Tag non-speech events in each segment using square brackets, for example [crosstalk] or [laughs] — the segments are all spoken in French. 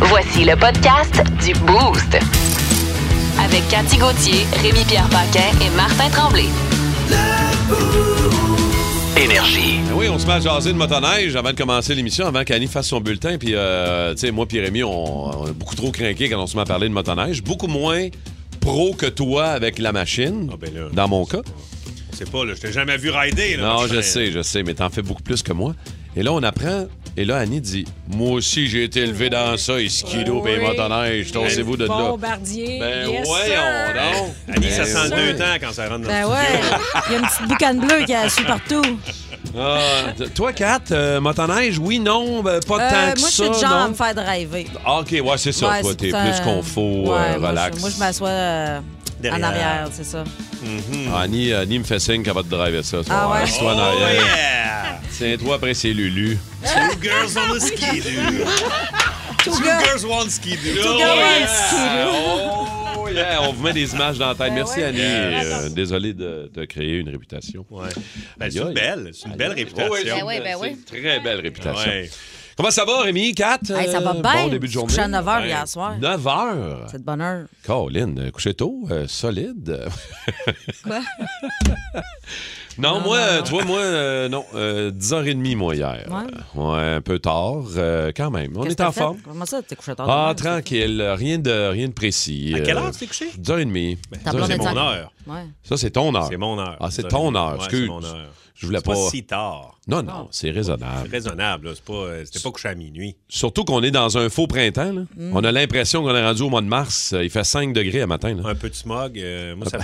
Voici le podcast du Boost. Avec Cathy Gauthier, Rémi-Pierre Paquin et Martin Tremblay. Énergie. Ben oui, on se met à jaser de motoneige avant de commencer l'émission, avant qu'Annie fasse son bulletin. Puis, euh, tu sais, moi et Rémi, on, on est beaucoup trop craqués quand on se met à parler de motoneige. Beaucoup moins pro que toi avec la machine, Ah, ben là. dans mon cas. C'est pas, là, je t'ai jamais vu rider. Là, Non, moi, je sais, je sais, mais t'en fais beaucoup plus que moi. Et là, on apprend. Et là, Annie dit Moi aussi, j'ai été élevé dans ça, et skido, ben Oui. motoneige, torsez-vous de là. Bombardier. Ben, yes, sir. voyons donc. Annie, ça Ben sent oui. deux temps quand ça rentre dans Ben le ouais, studio. il y a une petite boucane bleue qui a su partout. Ah, t- toi, Kat, euh, motoneige, oui, non, ben, pas Euh, tant que moi, je ça. suis le genre à non? me faire driver. Ah, OK, ouais, c'est ça. Ouais, toi, c'est t'es un- plus confort, euh, Ouais, moi, relax. Mhm. je- Moi, je m'assois euh, en Derrière. arrière, c'est ça. Annie, Annie euh, me fait signe qu'elle va te driver ça. ce soir. Mhm. Ah, ouais? Reste-toi en Oh arrière. yeah! Tiens-toi après, c'est Lulu. Two girls on the skidoo. Two girls, one skidoo. Oh, girls, yeah! one skidoo. Oh, yeah! On vous met des images dans la tête. Merci, Ben ouais. Annie. Yes. Euh, désolé de, de créer une réputation. Ouais. Ben, c'est une belle, c'est une belle réputation. Oh, ouais, c'est une ouais, belle- ben ouais. c'est une Très belle réputation. Ouais. Comment ça va, Rémi? Kat? Hey, ça va Euh, bien. Bon début de Je me journée. Ben, suis couché à 9 heures hier soir. 9 heures? C'est de bonheur. Colin, euh, couché tôt, euh, [laughs] solide. Quoi? non, moi, euh, tu vois, moi, euh, non, euh, 10h30, moi, hier. Ouais. Euh, ouais, un peu tard, euh, quand même. On Qu'est-ce est que t'as en fait? forme. Comment ça, t'es couché tard? Ah, demain? tranquille, rien de, rien de précis. À quelle heure Euh, tu t'es couché? Ben, 10h30. Ta blonde C'est est mon en- heure. Ouais. Ça, c'est ton heure. C'est mon heure. Ah, c'est Vous ton avez- heure, Ouais, excuse. c'est mon heure. Je voulais C'est pas pas- si tard. Non, non, c'est raisonnable. Raisonnable, là. C'est pas, euh, c'était pas couché à minuit. Surtout qu'on est dans un faux printemps. là. Mm. On a l'impression qu'on est rendu au mois de mars. Euh, Il fait 5 degrés à matin. là. Un peu de smog. euh, [laughs] moi, ça...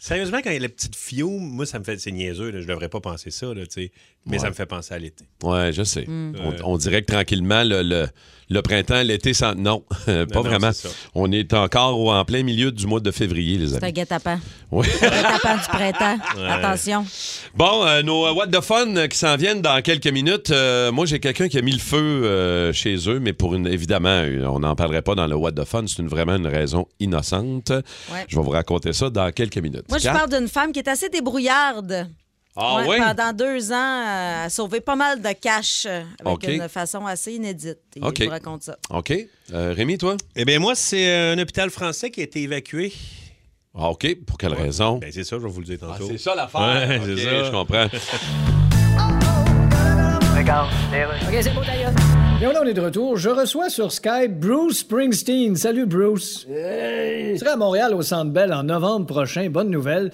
Sérieusement, quand il y a les petites fiumes, moi, ça me fait. C'est niaiseux, là, je devrais pas penser ça, là, tu sais. Mais ça me fait penser à l'été. Ouais, je sais. Hmm. Euh. On, on dirait que tranquillement, le, le- le printemps, l'été, sans... non, [laughs] pas non, vraiment. c'est ça. On est encore au- en plein milieu du mois de février, les C'est un amis. guet-apens. Ouais. Guet-apens du [laughs] printemps. Attention. Bon, euh, nos euh, What the Fun euh, qui s'en viennent dans quelques minutes. Euh, moi, j'ai quelqu'un qui a mis le feu euh, chez eux, mais pour une évidemment, une- on n'en parlerait pas dans le What the Fun. C'est une, vraiment une raison innocente. Je vais vous raconter ça dans quelques minutes. Moi, je Kat? parle d'une femme qui est assez débrouillarde. Ah Ouais, oui? Pendant deux ans, euh, elle a sauvé pas mal de cash euh, avec OK. une façon assez inédite. Et OK. Je vous raconte ça. OK. Euh, Rémi, toi? Eh bien, moi, c'est euh, un hôpital français qui a été évacué. Ah, OK. Pour quelle raison? Ah, Ben, c'est ça, je vais vous le dire tantôt. ça l'affaire. Ouais, OK, c'est ça. Oh, [laughs] Je comprends. Et voilà, on est de retour. Je reçois sur Skype Bruce Springsteen. Salut, Bruce. Tu seras à Montréal au Centre Bell en novembre prochain. Bonne nouvelle.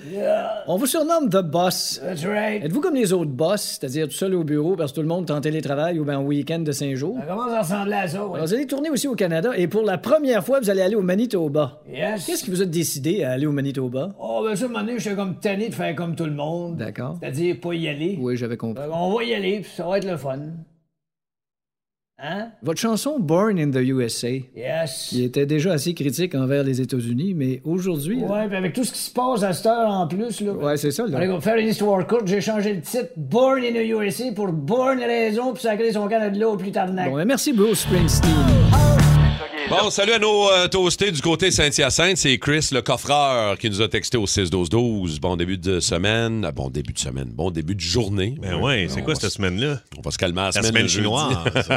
On vous surnomme The Boss. Êtes-vous comme les autres boss, c'est-à-dire tout seul au bureau parce que tout le monde est en télétravail ou bien au week-end de cinq jours? Ça commence à ressembler à ça, Vous allez tourner aussi au Canada et pour la première fois, vous allez aller au Manitoba. Qu'est-ce qui vous a décidé à aller au Manitoba? Oh, ben ça, à un moment donné, j'étais comme tanné de faire comme tout le monde. D'accord. C'est-à-dire pas y aller. Oui, j'avais compris. Fait qu'on va y aller, puis ça va être le fun. Hein? Votre chanson Born in the USA, Yes. qui était déjà assez critique envers les États-Unis, mais aujourd'hui... là, Ouais, puis avec tout ce qui se passe à cette heure en plus, là. Ouais, c'est ça, là. Allez, on va faire une histoire courte. J'ai changé le titre Born in the USA pour Born raison, puis ça a créé son Canada là au plus tard. Bon, ben, merci Bruce Springsteen. Bon, salut à nos euh, toastés du côté Saint-Hyacinthe. C'est Chris, le coffreur, qui nous a texté au 6-12-12. Bon début de semaine. Ah, Bon début de semaine. Bon début de journée. Ben ouais, c'est quoi on va cette se- semaine-là? On va se calmer à la, La semaine, semaine [laughs] le jeudi. chinoise.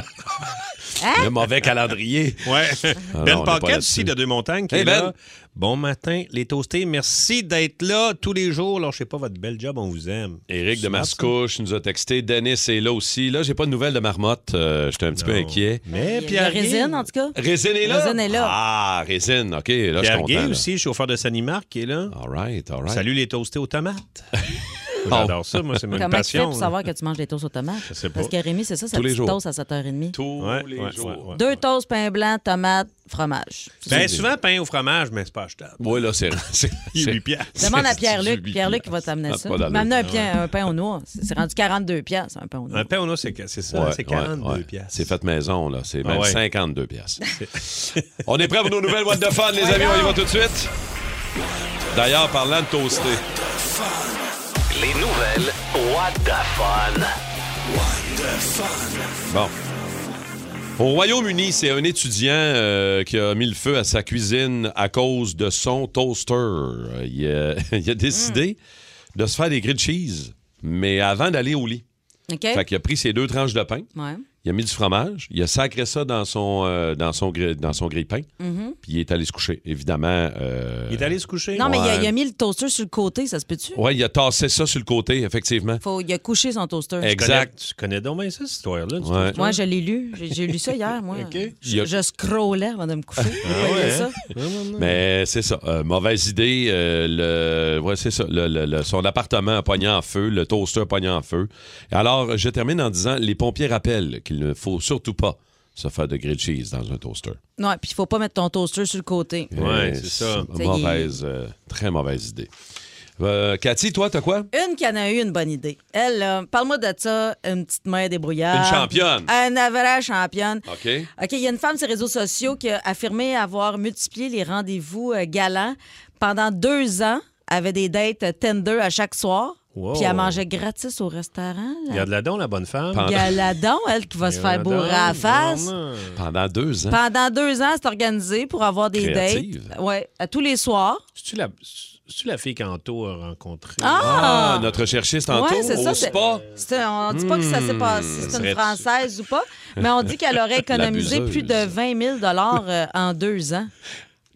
Hein? Le mauvais calendrier. [laughs] Ouais. ben on est pas Paquette là-dessus. aussi de Deux Montagnes qui Hey, est Ben. là. Bon matin, les toastés. Merci d'être là tous les jours. Alors, je sais pas votre belle job, on vous aime. Éric de Smart, Mascouche nous a texté. Denis est là aussi. Là, j'ai pas de nouvelles de Marmotte. Euh, J'étais un petit peu Non. inquiet. Mais Il y a Pierre résine, en tout cas. Résine est là. Résine est là. Ah, Résine. OK, là, je suis Pierre content. Gay là. aussi, chauffeur de Sanimarc, qui est là. All right, all right. [laughs] Salut les toastés aux tomates. J'adore ça, moi, c'est ma Comment tu fais passion. pour là. savoir que tu manges des toasts aux tomates? Je sais pas. Parce que Rémi, c'est ça, sa Tous les petite jours. toast à 7h30. Tous Ouais, les ouais, jours. ouais, ouais. Deux toasts, pain blanc, tomate, fromage. Ben, souvent pain au fromage, mais c'est pas achetable. Oui, là, [laughs] c'est. c'est- c'est- Huit piastres. Demande à c'est Pierre-Luc. du- Pierre-Luc qui va t'amener Ah, ça. pas d'allure. M'amener un, pien- un pain euh, au noix. C'est c'est rendu 42 piastres, un pain au noix. Un pain au noix, c'est que- c'est ça, Ouais, c'est ouais, 42 ouais. piastres. C'est fait maison, là. C'est même Ah ouais. 52 piastres. [laughs] on est prêts pour nos nouvelles boîtes de fun, les amis. On y va tout de suite. D'ailleurs, parlant de toasté. Les nouvelles What the Fun. Bon. Au Royaume-Uni, c'est un étudiant euh, qui a mis le feu à sa cuisine à cause de son toaster. Euh, Il a, [laughs] il a décidé Hmm. de se faire des grilled cheese, mais avant d'aller au lit. OK? Fait qu'il a pris ses deux tranches de pain, Ouais. il a mis du fromage, il a sacré ça dans son, euh, dans son, gri- dans son grille-pain, Mm-hmm. puis il est allé se coucher. Évidemment, euh, Il est allé se coucher. Non, mais il a, Ouais. il a mis le toaster sur le côté, ça se peut-tu? ouais, il a tassé ça sur le côté, effectivement. Faut, il a couché son toaster. Ex- Tu connais- Exact. Tu connais donc bien ça, cette histoire-là? du Ouais. toaster? Moi, je l'ai lu. J'ai j'ai lu ça hier, moi. Il Je, a- Ah hein? je scrollais avant de me coucher. Je voyais ça. Mais c'est ça. euh, mauvaise idée. euh, le, ouais, c'est ça. Le- le- le- son appartement a pogné en feu, le toaster a pogné en feu. Alors, je termine en disant les pompiers rappellent qu'il ne faut surtout pas se faire de grilled cheese dans un toaster. Ouais, puis il faut pas mettre ton toaster sur le côté. Ouais, Euh, c'est ça. Ça y est. Mauvaise, euh, très mauvaise idée. Euh, Cathy, toi, t'as quoi? Une qui en a eu une bonne idée. Elle, là, parle-moi de ça, une petite mère débrouillard. Une championne. Une vraie championne. OK. OK, il y a une femme sur les réseaux sociaux qui a affirmé avoir multiplié les rendez-vous euh, galants pendant deux ans, avait des dates euh, Tinder à chaque soir, Wow. puis elle mangeait gratis au restaurant. Il y La a de la don, la bonne femme. Pendant- galadon, elle qui va se faire bourrer à la face. Pendant deux ans. Pendant deux ans, c'est organisé pour avoir des Créative. dates. Ouais, à tous les soirs. C'est-tu la, c'est-tu la fille qu'Anto a rencontrée? Ah, notre cherchiste en Ouais, c'est au ça. c'est- spa. c'est- On dit pas que ça s'est Hmm, passé, si c'est une Serais-tu- Française ou pas, mais on dit qu'elle [laughs] aurait économisé L'abuseuse. plus de 20 000 euh, en deux ans.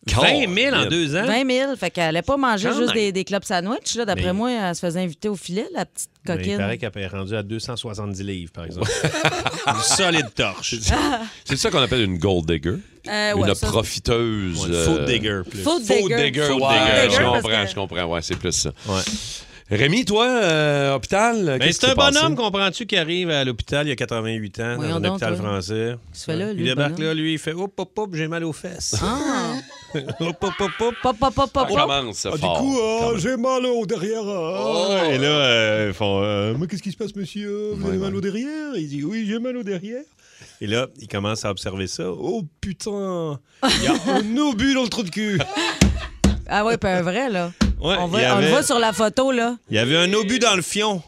20 000 en deux ans? 20 000, fait qu'elle allait pas manger Quand juste même. des, des clubs sandwich. là. D'après Mais- moi, elle se faisait inviter au filet, la petite Mais Ben, il paraît coquine. qu'elle est rendue à 270 livres, par exemple. Une solide torche. C'est ça qu'on appelle une gold digger. Euh, une ouais, ça, profiteuse. Une euh, Faute digger, plus. Faute Faux digger. digger, Faux ouais, digger, Je parce comprends, que- je comprends. Ouais, c'est plus ça. Ouais. Rémi, toi, euh, hôpital, Mais Ben, qu'est-ce c'est un qui s'est bonhomme, passé? comprends-tu, qui arrive à l'hôpital il y a 88 ans, Voyons dans un donc, hôpital toi. français. Qu'est-ce qu'il fait là, lui, il le débarque bonhomme? là, lui, il fait Hop, hop, hop, j'ai mal aux fesses. [laughs] Ah. hop, hop, hop, hop. Pop, pop, pop, Ça pop, pop. commence ça Ah, du fort. coup, ah, Oh, quand même. j'ai mal au derrière. ah. Oh. Et là, euh, ils font euh, Moi, qu'est-ce qui se passe, monsieur Vous Ouais, avez mal ouais. au derrière Il dit Oui, j'ai mal au derrière. Et là, il commence à observer ça. Oh putain [laughs] Il y a un obus dans le trou de cul Ah ouais, puis un vrai, là. Ouais, on, il y va, on le avait- voit sur la photo, là. Il y avait un obus dans le fion.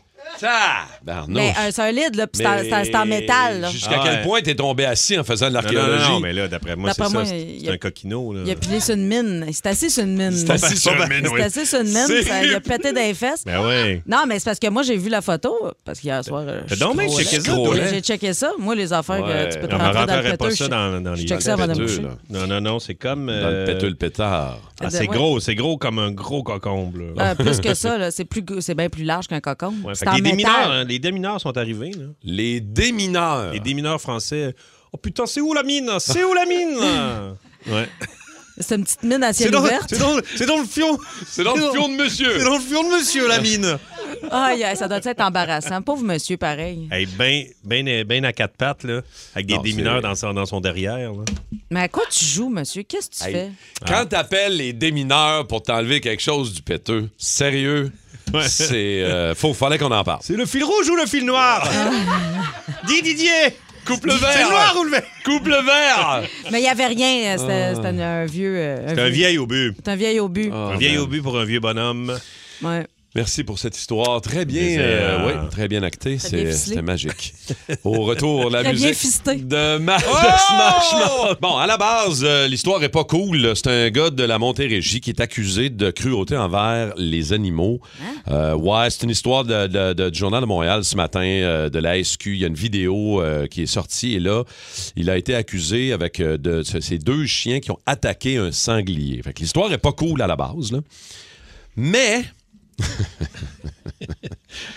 Ah, Barnouche. Mais euh, un solide, là, puis c'est en- Mais- c'est en- c'est en métal, là. Jusqu'à Ah, quel ouais. point t'es tombé assis en faisant de Non, non, non, l'archéologie? non, mais là, d'après moi, c'est D'après moi, ça. C'est il y a- c'est un coquino. Là. Il a pilé sur une mine. Il s'est assis sur une mine. C'est Il assis sur une mine, oui. s'est assis sur une mine, C'est- ça- il a pété des fesses. Ah, Ben ouais. Non, mais c'est parce que moi, j'ai vu la photo, parce qu'hier soir, euh, T'as je donc bien scrollais. checké ça, Scrollais. toi? hein. J'ai- J'ai checké ça. Moi, les affaires Ouais. que euh, tu peux te On ne rentrer dans rentrerait le pas ça pétouche. dans, dans les... check ça avant de me Péteux, coucher. là. Non, non, non, c'est comme... Dans le euh, péteux, le pétard. ah, c'est Eh ben, Ouais. gros, c'est gros comme un gros cocombe. là. Euh, plus que ça, là, c'est plus c'est bien plus large qu'un cocon. [laughs] Ouais, fait c'est que en les, démineurs, métal. hein, les démineurs sont arrivés. Là. Les démineurs. Les démineurs français. Oh putain, c'est où la mine C'est où la [laughs] mine Ouais. C'est une petite mine à C'est ciel dans, ouvert. c'est dans le- c'est dans le fion. C'est dans le fion de C'est monsieur. dans le fion de monsieur, la mine. Aïe, aïe, ça doit être embarrassant. Pauvre monsieur, pareil. hey, ben, ben, ben à quatre pattes, là, avec des Non, démineurs c'est- dans son, dans son derrière. là. Mais à quoi tu joues, monsieur? Qu'est-ce que tu Hey, fais? Ah. Quand t'appelles les démineurs pour t'enlever quelque chose du péteux, sérieux, Ouais. [laughs] c'est. euh, faut, fallait qu'on en parle. C'est le fil rouge ou le [laughs] fil noir Ah. Dis Didier Coupe le C'est verre. le noir ou le vert Coupe le verre. Mais il n'y avait rien. euh, Ah. C'était c'était un, un vieux. euh, C'est un vieil obus. Ah. C'est un vieil obus. un vieil obus pour un vieux bonhomme. Ouais. Merci pour cette histoire. Très bien, Mais, euh, euh, oui, très bien actée. Très bien C'est- ficelé. C'était magique. Au retour, la Très bien musique fisté. Oh! de, Ma- de Smash Mouth. [laughs] Bon, à la base, euh, l'histoire est pas cool. C'est un gars de la Montérégie qui est accusé de cruauté envers les animaux. Euh, ouais, c'est une histoire de, de- de- du Journal de Montréal ce matin, euh, de la SQ. Il y a une vidéo euh, qui est sortie et là, il a été accusé avec euh, de, ce- ces deux chiens qui ont attaqué un sanglier. Fait que l'histoire est pas cool à la base. là. Mais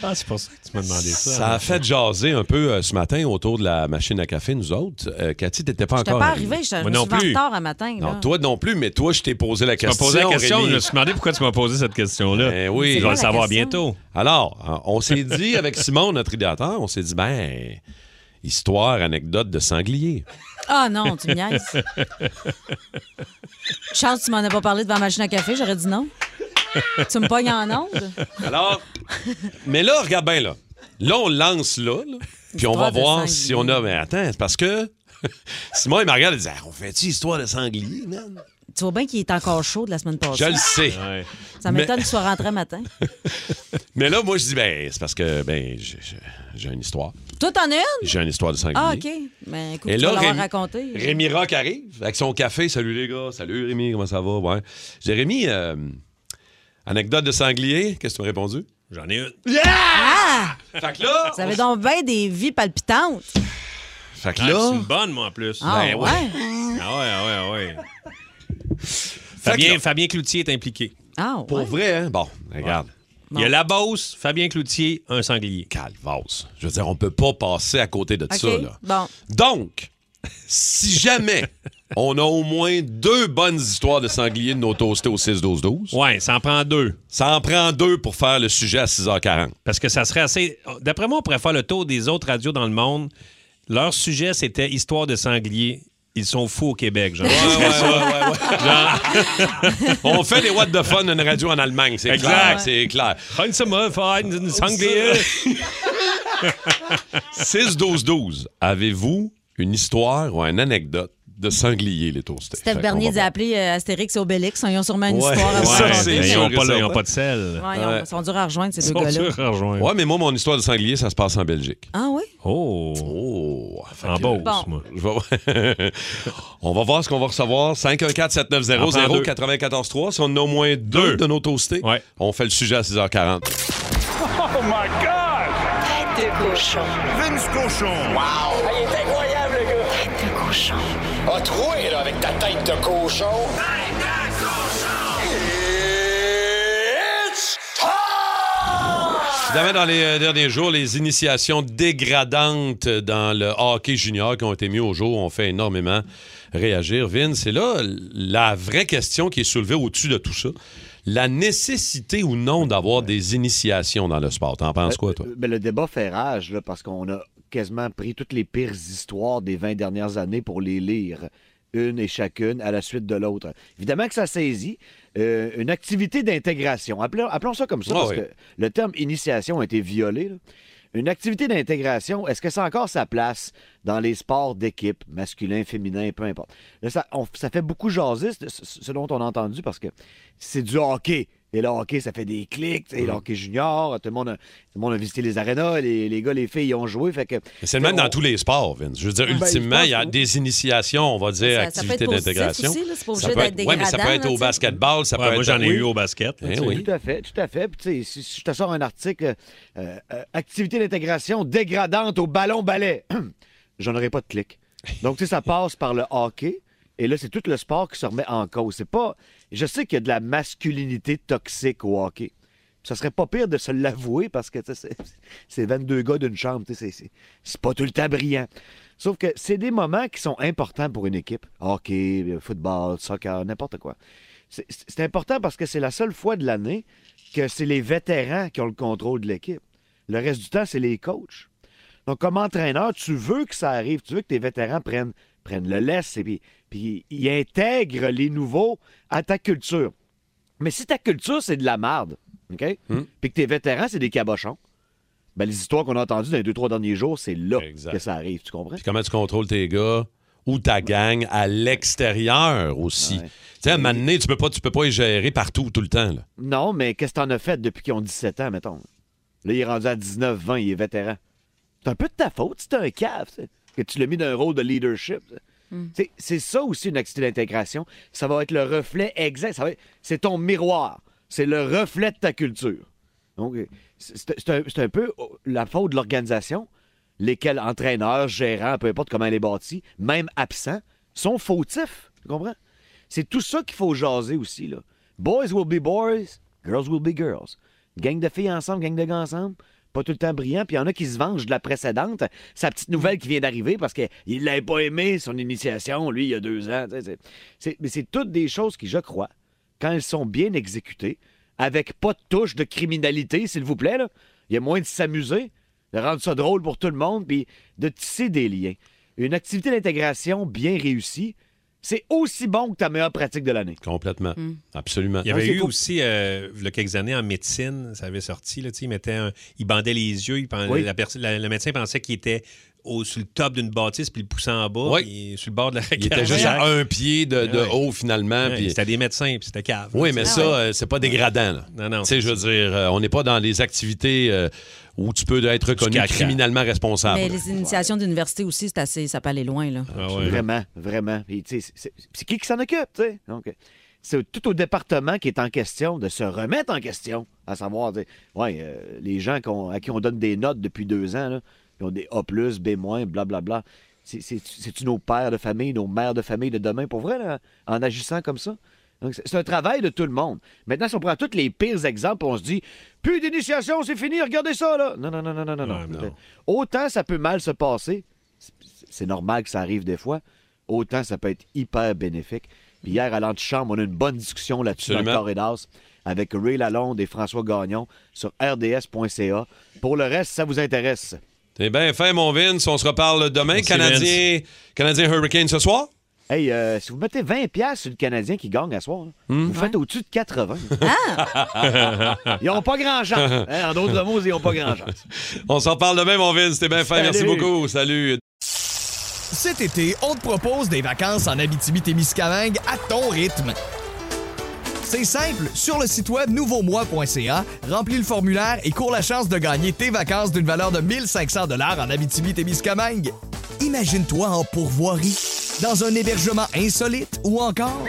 Ah, c'est pour ça que tu m'as demandé ça. hein, Ça a fait jaser un peu euh, ce matin autour de la machine à café, nous autres. Euh, Cathy, t'étais pas J'étais encore. pas arrivée, je, je me Moi non suis levée en plus. retard un matin. Non, là. toi non plus, mais toi, je t'ai posé la Tu m'as question. posé la question, Rémi. je me suis demandé pourquoi tu m'as posé cette question-là. Eh Je oui. vais le savoir question? bientôt. Alors, hein, on s'est dit avec Simon, notre idéateur, on s'est dit, ben, histoire, anecdote de sanglier. Ah non, tu me niaises. Chance, tu m'en as pas parlé devant la machine à café, j'aurais dit non. tu me pognes en onde? Alors, mais là, regarde bien là. Là, on lance là, là, puis on va Histoire de voir sanglier. si on a. Mais attends, c'est parce que [laughs] Simon, il me regarde et dit, Ah, on fait-tu histoire de sanglier, man? Tu vois bien qu'il est encore chaud de la semaine Je passée. le sais. Ouais. Ça mais- m'étonne que tu sois rentré un matin. Mais là, moi, je dis, ben, c'est parce que, ben, j'ai- j'ai j'ai une histoire. Toi, t'en as une? J'ai une histoire de sanglier. Ah, OK. Mais écoute, Et tu là, vas l'avoir Rémi- raconté. Rémi Rock arrive avec son café. Salut les gars. Salut Rémi, comment ça va? Ouais. J'ai Rémi, euh, anecdote de sanglier. Qu'est-ce que tu m'as répondu? J'en ai une. Ah! Fait que là. Vous avez donc bien des vies palpitantes. Fait que Ah, là. c'est une bonne, moi, en plus. Ah, Ben ouais. Ah ouais, ah ouais, ah ouais. que Fabien, là- Fabien Cloutier est impliqué. Ah, ouais. Pour vrai, hein? Bon, regarde. Il y a la Beauce, Fabien Cloutier, un sanglier. Calvase. Je veux dire, on peut pas passer à côté de OK. ça, là. Bon. Donc, si jamais on a au moins deux bonnes histoires de sanglier de nos toastés au 6-12-12, Ouais, ça en prend deux. ça en prend deux pour faire le sujet à 6h40. Parce que ça serait assez. D'après moi, on pourrait faire le tour des autres radios dans le monde. Leur sujet, c'était histoire de sanglier. Ils sont fous au Québec, genre. [laughs] On fait [laughs] des what the fun d'une radio en Allemagne, c'est Exact. clair, c'est clair. Handsome, fine, sanglier. 6-12-12, avez-vous une histoire ou une anecdote de sanglier, les toastés? Steph Fait Bernier qu'on dit va appeler euh, Astérix et Obélix. Ils ont sûrement une Ouais. histoire à vous Ouais, raconter. c'est ils n'ont sûr et pas, ils certain. ont pas de sel. Ouais, ils ont- Ouais. sont durs à rejoindre, ces Ils deux sont gars-là. sûrs à rejoindre. voir. Ouais, mais moi, mon histoire de sanglier, ça se passe en Belgique. Ah oui? Oh, Oh! Fait en que- Beauce, Bon. moi. Je vais- [laughs] on va voir ce qu'on va recevoir. 514-790-0943. Si on en a au moins deux de nos toastés, Ouais. on fait le sujet à 6h40. Tête de cochon. Ah, il est incroyable, le gars! Tête de cochon. A troué, là, avec ta tête de cochon. Tête de cochon! It's Évidemment, dans les euh, derniers jours, les initiations dégradantes dans le hockey junior qui ont été mises au jour ont fait énormément réagir. Vin, c'est là la vraie question qui est soulevée au-dessus de tout ça. La nécessité ou non d'avoir des initiations dans le sport. T'en penses quoi, toi? Euh, ben, le débat fait rage, là, parce qu'on a quasiment pris toutes les pires histoires des 20 dernières années pour les lire, une et chacune, à la suite de l'autre. Évidemment que ça saisit euh, une activité d'intégration. Appelons, appelons ça comme ça, Ah parce oui. que le terme initiation a été violé. là. Une activité d'intégration, est-ce que ça a encore sa place dans les sports d'équipe, masculin, féminin, peu importe? Là, ça, on- ça fait beaucoup jaser, ce, ce- ce dont on a entendu, parce que c'est du hockey. Et le hockey, ça fait des clics. tu sais, Le Mm-hmm. hockey junior, tout le monde a, tout le monde a visité les arénas, les, les gars, les filles ils ont joué. Fait que, Mais C'est le même on- dans tous les sports, Vince. Je veux dire, Ben, ultimement, je pense il y a que- des initiations, on va dire, Ça- ça peut être activités positif d'intégration. aussi, là. C'est pas Ça obligé peut d'être être- ouais, mais ça peut dégradant, être là, au tu sais. basketball, ça peut Ouais, être. moi, j'en ai Oui. eu au basket. là, Eh tu sais. oui. Tout à fait, tout à fait. Puis, tu sais, si, si je te sors un article, euh, euh, activité d'intégration dégradante au [clears throat] ballon-ballet, j'en aurai pas de clic. Donc, tu sais, ça passe par le hockey. Et là, c'est tout le sport qui se remet en cause. C'est pas. Je sais qu'il y a de la masculinité toxique au hockey. Puis Ça serait pas pire de se l'avouer parce que tu sais, c'est- c'est 22 gars d'une chambre. tu sais, C'est c'est- c'est pas tout le temps brillant. Sauf que c'est des moments qui sont importants pour une équipe. Hockey, euh, football, soccer, n'importe quoi. C'est- C'est important parce que c'est la seule fois de l'année que c'est les vétérans qui ont le contrôle de l'équipe. Le reste du temps, c'est les coachs. Donc, comme entraîneur, tu veux que ça arrive. Tu veux que tes vétérans prennent, prennent le lest et puis, puis ils intègrent les nouveaux à ta culture. Mais si ta culture, c'est de la marde, OK? Puis que tes vétérans, c'est des cabochons, ben, les histoires qu'on a entendues dans les deux, trois derniers jours, c'est là Exact. que ça arrive. Tu comprends? Puis comment tu contrôles tes gars ou ta gang à l'extérieur aussi. Tu sais, à un moment donné, tu peux pas, tu peux pas les gérer partout, tout le temps. là. Non, mais qu'est-ce que t'en as fait depuis qu'ils ont 17 ans, mettons? Là, il est rendu à 19, 20, il est vétéran. C'est un peu de ta faute, c'est un cave, tu sais, que tu l'as mis dans un rôle de leadership. tu sais. Tu sais, C'est ça aussi une activité d'intégration. Ça va être le reflet exact. ça va être- C'est ton miroir. C'est le reflet de ta culture. Donc, c'est- c'est c'est un, c'est un peu oh, la faute de l'organisation, lesquels entraîneurs, gérants, peu importe comment elle est bâtie, même absents, sont fautifs. Tu comprends? C'est tout ça qu'il faut jaser aussi. Là. Boys will be boys, girls will be girls. Gang de filles ensemble, gang de gars ensemble. Pas tout le temps brillant. Puis il y en a qui se vengent de la précédente. Sa petite nouvelle qui vient d'arriver parce qu'il l'avait pas aimé, son initiation, lui, il y a deux ans. Tu sais, c'est- c'est- mais c'est toutes des choses qui, je crois, quand elles sont bien exécutées, avec pas de touche de criminalité, s'il vous plaît, là, il y a moins de s'amuser, de rendre ça drôle pour tout le monde, puis de tisser des liens. Une activité d'intégration bien réussie, c'est aussi bon que ta meilleure pratique de l'année. Complètement. Absolument. Mm. Il y avait c'est eu faux. aussi, euh, il y a quelques années, en médecine, ça avait sorti. Là, tu sais, il, mettait un- il bandait les yeux. il pen- Oui. la perso- la- le médecin pensait qu'il était au, sur le top d'une bâtisse, puis il le poussait en bas, Oui. puis sur le bord de la Il était juste à un pied de, de Ouais. haut, finalement. Ouais, puis- C'était des médecins, puis c'était cave. Oui, là, mais tu sais. Ah ça, euh, c'est pas dégradant. là. Non, non. Tu sais, je veux dire, euh, on n'est pas dans les activités euh, où tu peux être reconnu cacas. criminalement responsable. Mais les initiations d'université aussi, c'est assez, ça peut aller loin. Là. Ah ouais. Vraiment, vraiment. Puis, tu sais, c'est- c'est- c'est qui qui s'en occupe, tu sais? Donc, euh, c'est tout au département qui est en question de se remettre en question, à savoir, tu sais, ouais, euh, les gens qu'on- à qui on donne des notes depuis deux ans, là, ils ont des A+, B-, blablabla. Bla. C'est- c'est- C'est-tu nos pères de famille, nos mères de famille de demain, pour vrai, là, en agissant comme ça? Donc, c'est- c'est un travail de tout le monde. Maintenant, si on prend tous les pires exemples, on se dit plus d'initiation, c'est fini, regardez ça, là. Non, non, non, non, non, non, Ouais, non. non. Autant ça peut mal se passer, c'est normal que ça arrive des fois, autant ça peut être hyper bénéfique. Puis hier, à l'antichambre, on a eu une bonne discussion là-dessus dans le Absolument. Carré d'As avec Ray Lalonde et François Gagnon sur rds.ca. Pour le reste, ça vous intéresse. T'es bien fin, mon Vince. On se reparle demain. Merci, Canadien, Canadien Hurricane ce soir? Hey, euh, si vous mettez 20 pièces sur le Canadien qui gagne à soir, là, Hmm. vous faites au-dessus de [laughs] 80. [laughs] ils n'ont pas grand-chance. Hein, en d'autres mots, ils n'ont pas grand-chance. [laughs] On se reparle demain, mon Vince. T'es bien fin. Merci Salut. beaucoup. Salut. Cet été, on te propose des vacances en Abitibi-Témiscamingue à ton rythme. C'est simple, sur le site web nouveaumois.ca, remplis le formulaire et cours la chance de gagner tes vacances d'une valeur de 1500 dollars en Abitibi-Témiscamingue. Imagine-toi en pourvoirie, dans un hébergement insolite ou encore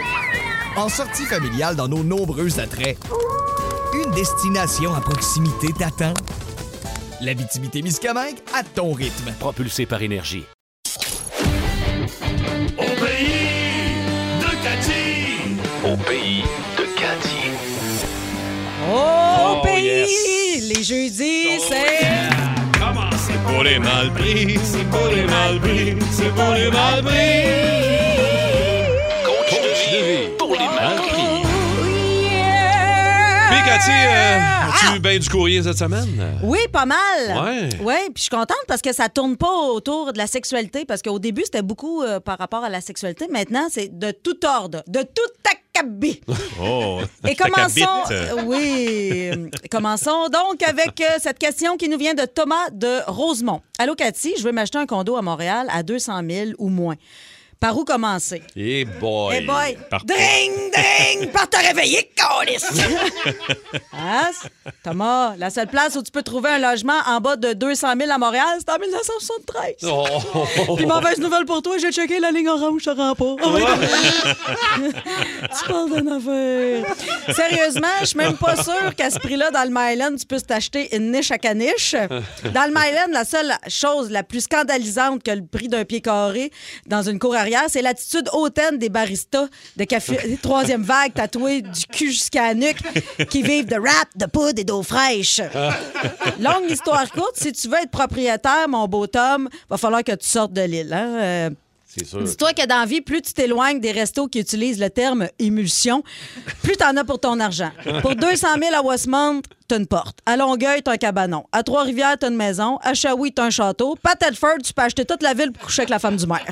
en sortie familiale dans nos nombreux attraits. Une destination à proximité t'attend. L'Abitibi-Témiscamingue à ton rythme. Propulsé par énergie. Oh, pays! Les jeudis, Oh, c'est. Pour les mal pris, c'est pour les mal pris, c'est pour les mal Coach, de vie. Pour les mal pris. Puis, Cathy, euh, as-tu bien du courrier cette semaine? Ah! Oui, pas mal. Ouais. Ouais, puis je suis contente parce que ça tourne pas autour de la sexualité parce qu'au début c'était beaucoup euh, par rapport à la sexualité. Maintenant c'est de tout ordre, de tout acabit. [laughs] Oh, Et ça commençons, cabite. euh, oui, euh, commençons donc avec euh, cette question qui nous vient de Thomas de Rosemont. Allô Cathy, je veux m'acheter un condo à Montréal à 200 000 ou moins. Par où commencer? Eh boy. Eh boy! par- Dring, [laughs] dring! Par te réveiller, câlisse! Hein? Thomas, la seule place où tu peux trouver un logement en bas de 200 000 à Montréal, c'est en 1973. Oh. Puis mauvaise nouvelle pour toi, j'ai checké la ligne orange, ça rend pas. Ah oui, [laughs] tu parles d'une affaire. Oh, Sérieusement, je suis même pas sûre qu'à ce prix-là, dans le Myland, tu puisses t'acheter une niche à caniche. Dans le Myland, la seule chose la plus scandalisante que le prix d'un pied carré dans une cour arrière, c'est l'attitude hautaine des baristas de café troisième vague tatoués du cul jusqu'à la nuque qui vivent de rap, de poudre et d'eau fraîche. Longue histoire courte, si tu veux être propriétaire, mon beau Tom, va falloir que tu sortes de l'île. hein. Euh, C'est sûr. Dis-toi que dans la vie, plus tu t'éloignes des restos qui utilisent le terme émulsion, plus t'en as pour ton argent. Pour 200 000 à Westmount, t'as une porte. À Longueuil, t'as un cabanon. À Trois-Rivières, t'as une maison. À Shawi, t'as un château. Pas à Telford, tu peux acheter toute la ville pour coucher avec la femme du maire.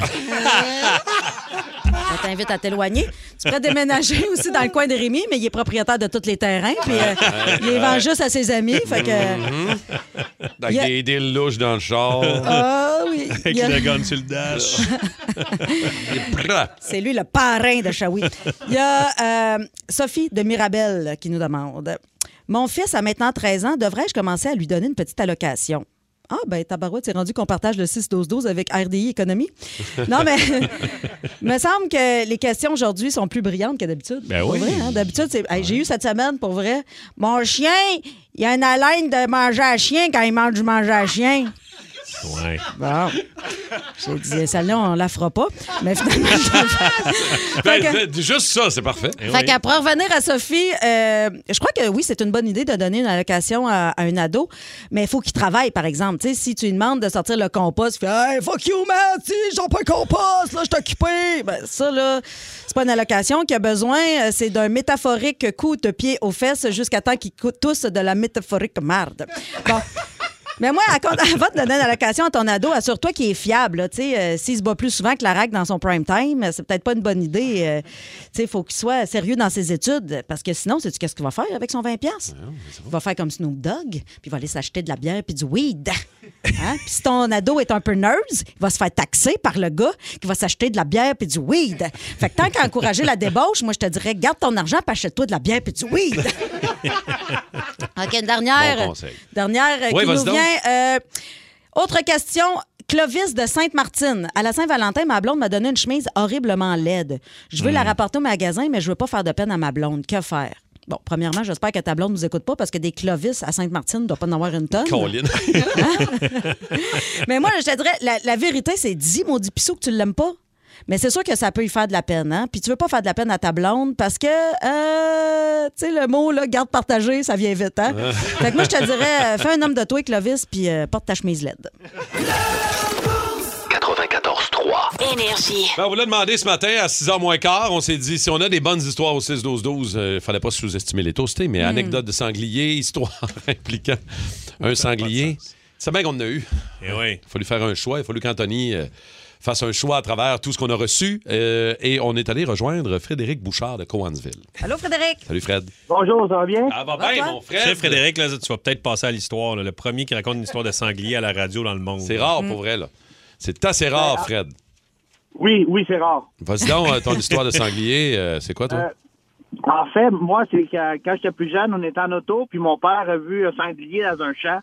Je t'invite à t'éloigner. Tu pourrais déménager aussi dans le coin de Rémy, mais il est propriétaire de tous les terrains, puis euh, il les vend juste à ses amis. Fait que... Mhm. Avec Yeah. des deals louches dans le char. Ah oui! Avec il y a- le gun sur [laughs] le dash. Prrap. C'est lui le parrain de Shawi. Il y a euh, Sophie de Mirabel qui nous demande Mon fils a maintenant 13 ans, devrais-je commencer à lui donner une petite allocation ah, ben, Tabarouette, c'est rendu qu'on partage le 6-12-12 avec RDI Économie. Non, mais me semble que les questions aujourd'hui sont plus brillantes que d'habitude. Ben Pour oui. vrai, hein? D'habitude, c'est- Hey, j'ai eu cette semaine, pour vrai, mon chien, il a une haleine de manger à chien quand il mange du manger à chien. Ouais. Bon. J'ai dit, celle-là, on la fera pas. Mais finalement, [laughs] je l'ai faite. Ben, Fait que- ben, juste ça, c'est parfait. Eh Fait qu'après revenir à Sophie, euh, je crois que oui, c'est une bonne idée de donner une allocation à, à un ado, mais il faut qu'il travaille, par exemple. Tu sais, si tu lui demandes de sortir le compost, tu fais Hey, fuck you, man, tu sais, j'en pas un compost, là, je suis occupé. Ben, ça, là, c'est pas une allocation qui a besoin, euh, c'est d'un métaphorique coup de pied aux fesses jusqu'à temps qu'ils cou- tous de la métaphorique marde. Bon. Mais moi, à compte- [laughs] avant de donner une allocation à ton ado, assure-toi qu'il est fiable. là. Tu sais, euh, S'il se bat plus souvent que la règle dans son prime time, euh, c'est peut-être pas une bonne idée. euh, tu sais, il faut qu'il soit sérieux dans ses études parce que sinon, sais-tu qu'est-ce qu'il va faire avec son 20$? piastres? il va faire comme Snoop Dogg, puis il va aller s'acheter de la bière puis du weed. Hein? puis si ton ado est un peu nerds, il va se faire taxer par le gars qui va s'acheter de la bière puis du weed. Fait que tant qu'à encourager la débauche, moi, je te dirais, garde ton argent puis achète-toi de la bière puis du weed. [laughs] OK, une dernière. Bon conseil. Dernière euh, Oui, qui vas-y nous donc. vient. euh, autre question. Clovis de Sainte-Martine. À la Saint-Valentin, ma blonde m'a donné une chemise horriblement laide. Je veux la Hmm. rapporter au magasin, mais je veux pas faire de peine à ma blonde. Que faire? Bon, premièrement, j'espère que ta blonde nous écoute pas parce que des Clovis à Sainte-Martine ne doit pas en avoir une tonne. Colline. Mais moi, je te dirais, la, la vérité, c'est dis, maudit pissou, que tu l'aimes pas. Mais c'est sûr que ça peut y faire de la peine, hein? Puis tu veux pas faire de la peine à ta blonde parce que, euh, tu sais, le mot, là, garde partagée, ça vient vite, hein? fait que moi, je te dirais, euh, fais un homme de toi, Clovis, puis euh, porte ta chemise LED. 94-3. Énergie. Ben, on vous l'a demandé ce matin à 6h moins quart. On s'est dit, si on a des bonnes histoires au 6-12-12, il fallait pas sous-estimer les toastés, Hmm. mais anecdote de sanglier, histoire [laughs] impliquant un sanglier. C'est bien qu'on en a eu. Eh oui. Il a fallu faire un choix. Il a fallu qu'Anthony euh, fasse un choix à travers tout ce qu'on a reçu. Euh, et on est allé rejoindre Frédéric Bouchard de Cowansville. Euh, Allô, Frédéric? Salut, Fred. Bonjour, ça va bien? Ah, va, bien, toi? mon Tu sais, frère. Frédéric, là, tu vas peut-être passer à l'histoire. là, le premier qui raconte une histoire de sanglier à la radio dans le monde. C'est rare, Mm. pour vrai, là. C'est assez rare, Fred. Oui, oui, c'est rare. Ah, Vas-y donc, euh, ton histoire de sanglier, euh, c'est quoi, toi? Euh, En fait, moi, c'est que quand j'étais plus jeune, on était en auto, puis mon père a vu un sanglier dans un champ.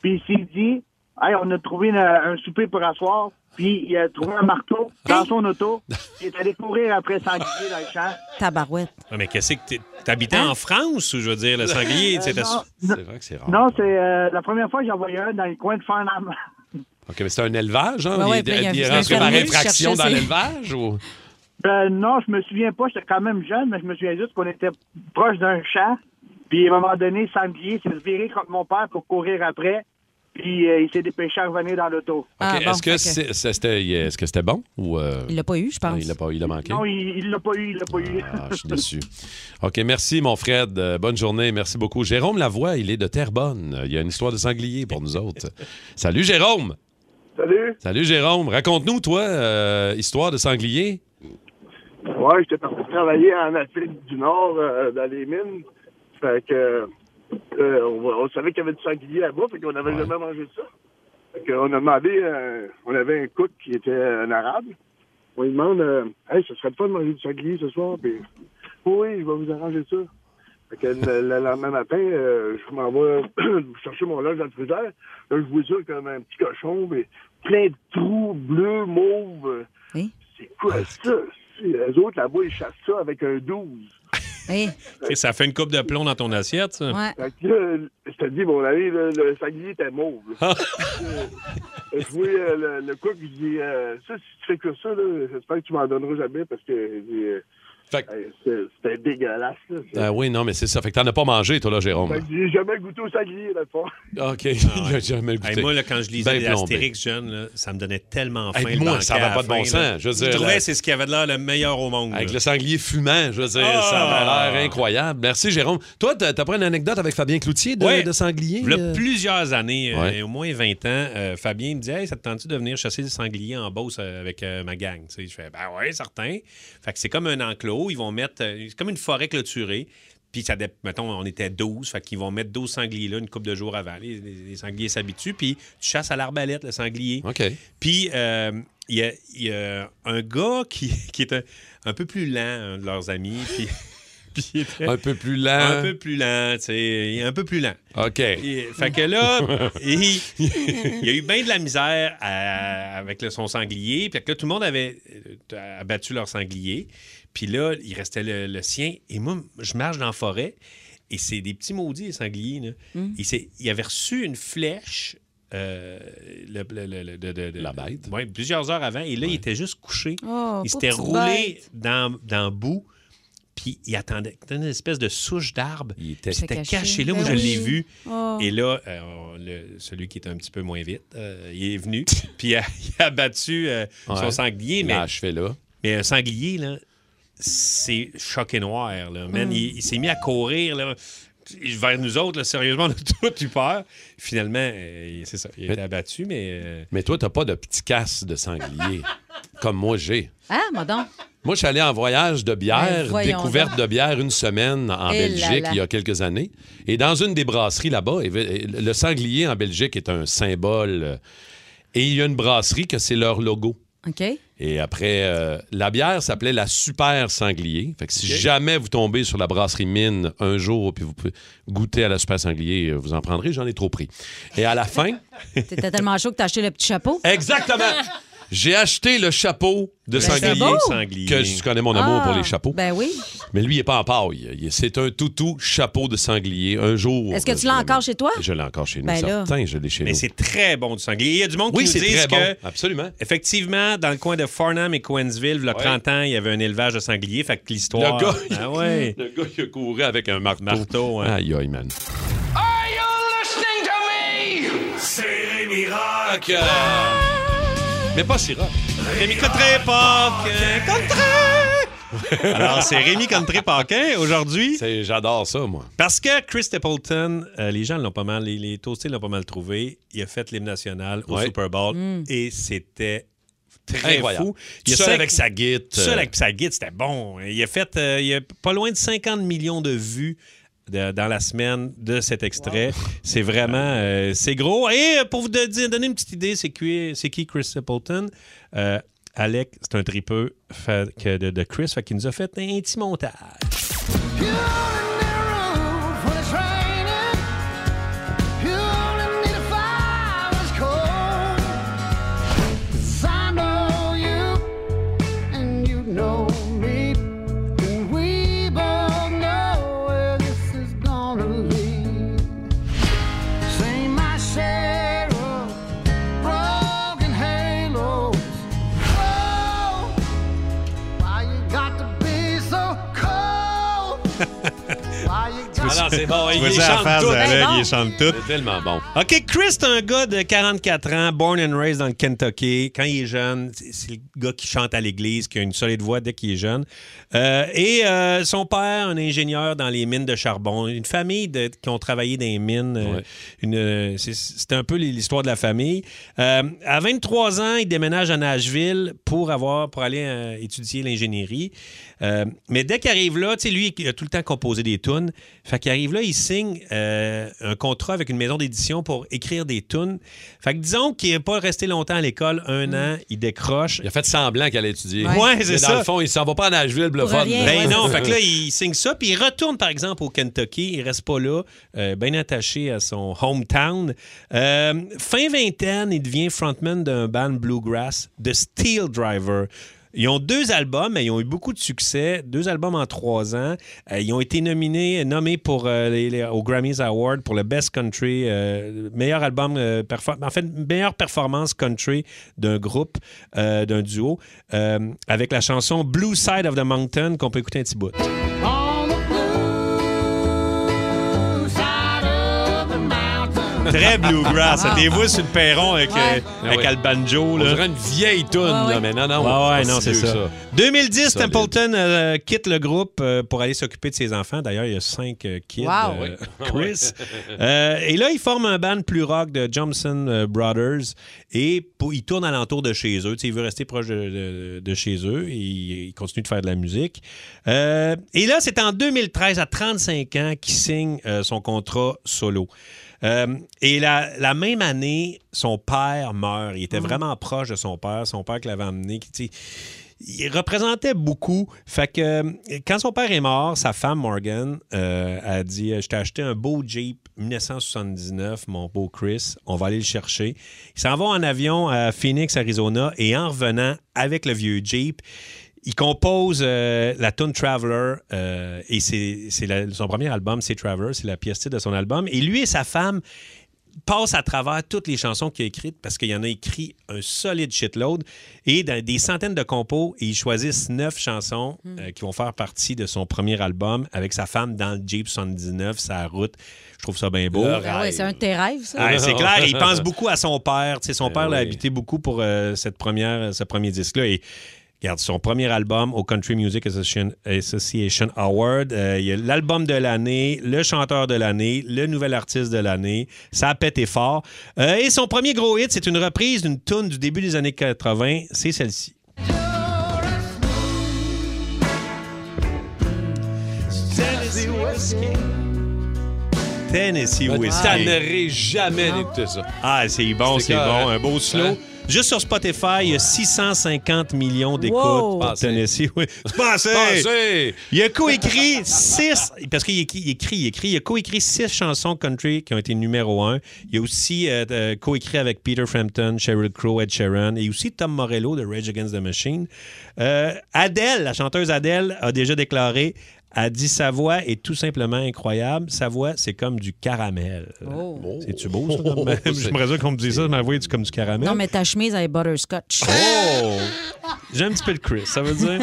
Puis il s'est dit, hey, on a trouvé une- un souper pour asseoir. Puis il a trouvé un marteau dans son auto. Il est allé courir après le sanglier dans le champ. Tabarouette. Ouais, mais qu'est-ce que t'es- t'habitais en France ou je veux dire le sanglier? tu sais, t'as- non. C'est vrai que c'est rare. Non, c'est euh, la première fois que j'en voyais un dans le coin de Farnham. OK, mais c'est un élevage, hein? Ben ouais, il, est- puis il y a il est un rentré par fermier qui infraction cherchait dans ses- l'élevage ou... Euh, non, je me souviens pas, j'étais quand même jeune, mais je me souviens juste qu'on était proche d'un champ. Puis à un moment donné, le sanglier s'est viré contre mon père pour courir après. Puis euh, il s'est dépêché à revenir dans l'auto. Ah, OK, bon, est-ce que ok. c'est- c'était est-ce que c'était bon ou... euh, Il l'a pas eu, je pense. non, il l'a pas, il a manqué? Non, il il l'a pas eu, il l'a pas eu. Ah, je suis [laughs] déçu. OK, merci, mon Fred. Euh, bonne journée. Merci beaucoup. Jérôme Lavoie, il est de Terrebonne. Il y a une histoire de sanglier pour nous autres. Salut, Jérôme. Salut. Salut, Jérôme. Raconte-nous, toi, euh, histoire de sanglier. Ouais, j'étais parti travailler en Afrique du Nord, euh, dans les mines. Fait que, euh, on, on savait qu'il y avait du sanglier là-bas, fait qu'on n'avait Ouais. jamais mangé ça. Fait qu'on a demandé, euh, on avait un cook qui était un arabe. On lui demande, euh, hey, ce serait le fun de manger du sanglier ce soir, puis oui, je vais vous arranger ça. Fait que le, le lendemain matin, euh, je m'en vais [clears throat] chercher mon linge dans le frigidaire. Là, je vois ça comme un petit cochon, mais plein de trous bleus, mauves. Hein? C'est quoi ça? C'est- Eux autres, là-bas, ils chassent ça avec un 12. Hey, tu sais, ça fait une coupe de plomb dans ton assiette. ça. ouais. Fait que là, je te dis, mon ami, le, le sanglier était mauve. Ah. là. Euh, je vois euh, le, le cook, je dis, euh, ça, si tu fais que ça, là, j'espère que tu m'en donneras jamais parce que il dit, euh, Fait que- hey, c'est- c'était dégueulasse. Là. Ah oui, non, mais c'est ça. Fait que t'en as pas mangé, toi, là, Jérôme. Fait que j'ai jamais goûté au sanglier, dans le fond. OK, [laughs] il a jamais Ah Hey, goûté. moi, là, quand je lisais Ben les plombé. Astérix jeune, là, ça me donnait tellement faim. Hey, le moi, banquet ça avait à la pas de bon fin, là. sens. Je veux dire, je la- trouvais c'est ce qui avait de l'air le meilleur au monde. Avec là. le sanglier fumant, je veux dire, Ah! ça avait l'air incroyable. Merci, Jérôme. Toi, t'as t'as pas une anecdote avec Fabien Cloutier de, Ouais. de sanglier? Il y euh? a plusieurs années, euh, Ouais. au moins 20 ans, euh, Fabien me dit Hey, ça te tente-tu de venir chasser des sangliers en Beauce euh, avec euh, ma gang Tu sais, Je fais Ben ouais, certain. Fait que c'est comme un enclos. Ils vont mettre. euh, c'est comme une forêt clôturée. Puis, ça, dé- mettons, on était 12. Fait qu'ils vont mettre 12 sangliers là une couple de jours avant. Les, les- les sangliers s'habituent. Puis, tu chasses à l'arbalète, le sanglier. OK. Puis, euh, il y, a- il y a un gars qui, [laughs] qui est un, un peu plus lent, un de leurs amis. Puis, [laughs] puis il était Un peu plus lent. un peu plus lent, tu sais. il est Un peu plus lent. OK. Et- fait que là, il, il y a eu bien de la misère à- avec le- son sanglier. Puis que là, tout le monde avait euh, abattu leur sanglier. Puis là, il restait le, le sien. Et moi, je marche dans la Mm. forêt. Et c'est des petits maudits, les sangliers. là. Il, s'est- il avait reçu une flèche euh, le- le- le- le- de- de- de- Ouais, plusieurs heures avant. Et là, il était juste couché. Oh, pauvre il s'était petite roulé bête. dans, dans le bout. Puis il attendait. C'était une espèce de souche d'arbre. Il était, caché. caché. Là, moi, Ben je oui. l'ai vu. Oh. Et là, euh, on- le- celui qui était un petit peu moins vite, euh, il est venu. [laughs] puis il a, il a battu euh, son Ouais. sanglier. Il Mais, l'a achevé là. mais un sanglier, là, c'est choqué noir. Là. Man, Hmm. Mm. il, il s'est mis à courir là, vers nous autres. là. sérieusement, on a [laughs] tout eu peur. Finalement, euh, c'est ça. Il a été abattu, mais. euh, Mais toi, t'as pas de petit casse de [laughs] sanglier, comme moi j'ai. Ah, mon don. Moi, je suis allé en voyage de Ben, bière, voyons découverte donc. de bière une semaine en Eh là Belgique là. il y a quelques années. Et dans une des brasseries là-bas, évi- le sanglier en Belgique est un symbole. euh, Et il y a une brasserie que c'est leur logo. OK. Et après, euh, la bière s'appelait la Super Sanglier. Fait que si jamais vous tombez sur la brasserie Mine un jour puis vous pouvez goûter à la Super Sanglier, euh, vous en prendrez, j'en ai trop pris. Et à la fin, T'étais tellement chaud que t'as acheté le petit chapeau. Exactement. j'ai acheté le chapeau de Ben, c'est sanglier, beau. que je connais mon amour Ah, pour les chapeaux. Ben oui. Mais lui, il n'est pas en paille. Il- C'est un toutou chapeau de sanglier. Un jour. Est-ce que tu l'as encore chez toi? Je l'ai encore chez nous. Ben là. certain, je l'ai chez Mais nous. c'est très bon du sanglier. Il y a du monde Oui, qui c'est nous dit très bon. que... Absolument. Effectivement, dans le coin de Farnham et Coensville, il y a 30 ans, il y avait un élevage de sangliers. Fait que l'histoire... [laughs] Le gars, il- Ah ouais. le gars, il a couru avec un marteau. hein. Aïe, aïe, man. Are you listening to me? C'est Rémi Rock. Mais pas si rock. Rémi Cotteret, [laughs] Paquin, Cotteret! Alors, c'est Rémi Cotteret, Paquin, aujourd'hui. J'adore ça, moi. Parce que Chris Stapleton, euh, les gens l'ont pas mal, les, les toastés l'ont pas mal trouvé. Il a fait l'hymne national au Ouais. Super Bowl Mm. et c'était très Incroyable. fou. Seul cinq- avec sa guide. Seul avec sa guide, c'était bon. Il a fait euh, il a pas loin de 50 millions de vues. de- dans la semaine de cet extrait. C'est vraiment... euh, c'est gros. Et euh, pour vous de- dire- donner une petite idée, c'est qui, c'est qui Chris Stapleton? Euh, Alec, c'est un tripeux fait que de, de Chris, fait qu'il nous a fait un petit montage. Ah non, c'est bon, Tu il vois les ça à la chante face tout. d'Alec, Ben il chante tout. C'est tellement bon. OK, Chris, c'est un gars de 44 ans, born and raised dans le Kentucky. Quand il est jeune, c'est c'est le gars qui chante à l'église, qui a une solide voix dès qu'il est jeune. Euh, et euh, son père, un ingénieur dans les mines de charbon, une famille de- qui ont travaillé dans les mines. euh, Ouais. une, euh, c'est- c'est un peu l'histoire de la famille. Euh, à 23 ans, il déménage à Nashville pour, avoir, pour aller euh, étudier l'ingénierie. Euh, mais dès qu'il arrive là, tu sais, lui, il a tout le temps composé des tunes. Fait qu'il arrive là, il signe euh, un contrat avec une maison d'édition pour écrire des tunes. Fait que disons qu'il n'est pas resté longtemps à l'école, un an, il décroche. Il a fait semblant qu'elle allait étudier. Ouais, Mais c'est Dans ça. le fond, il s'en va pas à Nashville, le fun. Ben non, fait que là, il signe ça, puis il retourne, par exemple, au Kentucky. Il reste pas là, euh, bien attaché à son hometown. Euh, fin vingtaine, il devient frontman d'un band bluegrass, The Steel Driver. Ils ont deux albums, mais ils ont eu beaucoup de succès. Deux albums en trois ans. Euh, ils ont été nominés, nommés pour euh, les, les- aux Grammys Award pour le Best Country, euh, meilleur album, euh, perfor- en fait, meilleure performance country d'un groupe, euh, d'un duo, euh, avec la chanson Blue Side of the Mountain qu'on peut écouter un petit bout. Très bluegrass. Ah. T'es vous sur le perron avec, euh, avec le banjo. Là. On dirait une vieille toune, là, mais non, non. Ah ouais, pas non, si c'est vieux ça. que 2010, Solide. Templeton euh, quitte le groupe euh, pour aller s'occuper de ses enfants. D'ailleurs, il y a cinq euh, kids. Wow. euh, Oui. [laughs] [laughs] Chris. Euh, et là, il forme un band plus rock de Johnson euh, Brothers et pour- il tourne alentour de chez eux. Tu sais, il veut rester proche de, de- de chez eux et il, il continue de faire de la musique. Euh, et là, c'est en 2013, à 35 ans, qu'il signe euh, son contrat solo. Euh, et la, la même année, son père meurt. Il était vraiment proche de son père, son père qui l'avait emmené. qui, tu sais, il représentait beaucoup. Fait que euh, quand son père est mort, sa femme Morgan euh, a dit euh, Je t'ai acheté un beau Jeep 1979, mon beau Chris. On va aller le chercher. Il s'en va en avion à Phoenix, Arizona, et en revenant avec le vieux Jeep, il compose euh, la tune Traveler euh, et c'est c'est la- son premier album, c'est Traveler, c'est la pièce titre de son album. Et lui et sa femme, passe à travers toutes les chansons qu'il a écrites parce qu'il y en a écrit un solide shitload et dans des centaines de compos et ils choisissent neuf chansons euh, qui vont faire partie de son premier album avec sa femme dans le Jeep 79, sa route. Je trouve ça bien beau. Ah ouais, c'est un de tes rêves, ça. Ah, c'est clair, il pense beaucoup à son père. Tu sais, son père l'a habité beaucoup pour euh, cette première, ce premier disque-là. Et regarde, son premier album au Country Music Association, Association Award, euh, il y a l'album de l'année, le chanteur de l'année, le nouvel artiste de l'année. Ça a pété fort. Euh, et son premier gros hit, c'est une reprise d'une tune du début des années 80. C'est celle-ci. Tennessee Whiskey. Tennessee Whiskey. Ça n'aurait jamais dit tout ça. Ah, c'est bon, C'est c'est correct. bon. Un beau slow. Hein? Juste sur Spotify, il y a 650 millions d'écoutes Wow. pour Passé. Tennessee. [laughs] Oui. C'est passé! Passé! Il a coécrit six... Parce qu'il écrit, il écrit, il écrit. Il a coécrit six chansons country qui ont été numéro un. Il a aussi euh, euh, coécrit avec Peter Frampton, Sheryl Crow, Ed Sheeran et aussi Tom Morello de Rage Against the Machine. Euh, Adele, la chanteuse Adele, a déjà déclaré... A dit sa voix est tout simplement incroyable. Sa voix, c'est comme du caramel. C'est-tu beau, ça? comme- [laughs] J'aimerais ça qu'on me dise ça, ma voix est comme du caramel. Non, mais ta chemise, elle est butterscotch. Oh! J'ai un petit peu de Chris, ça veut dire.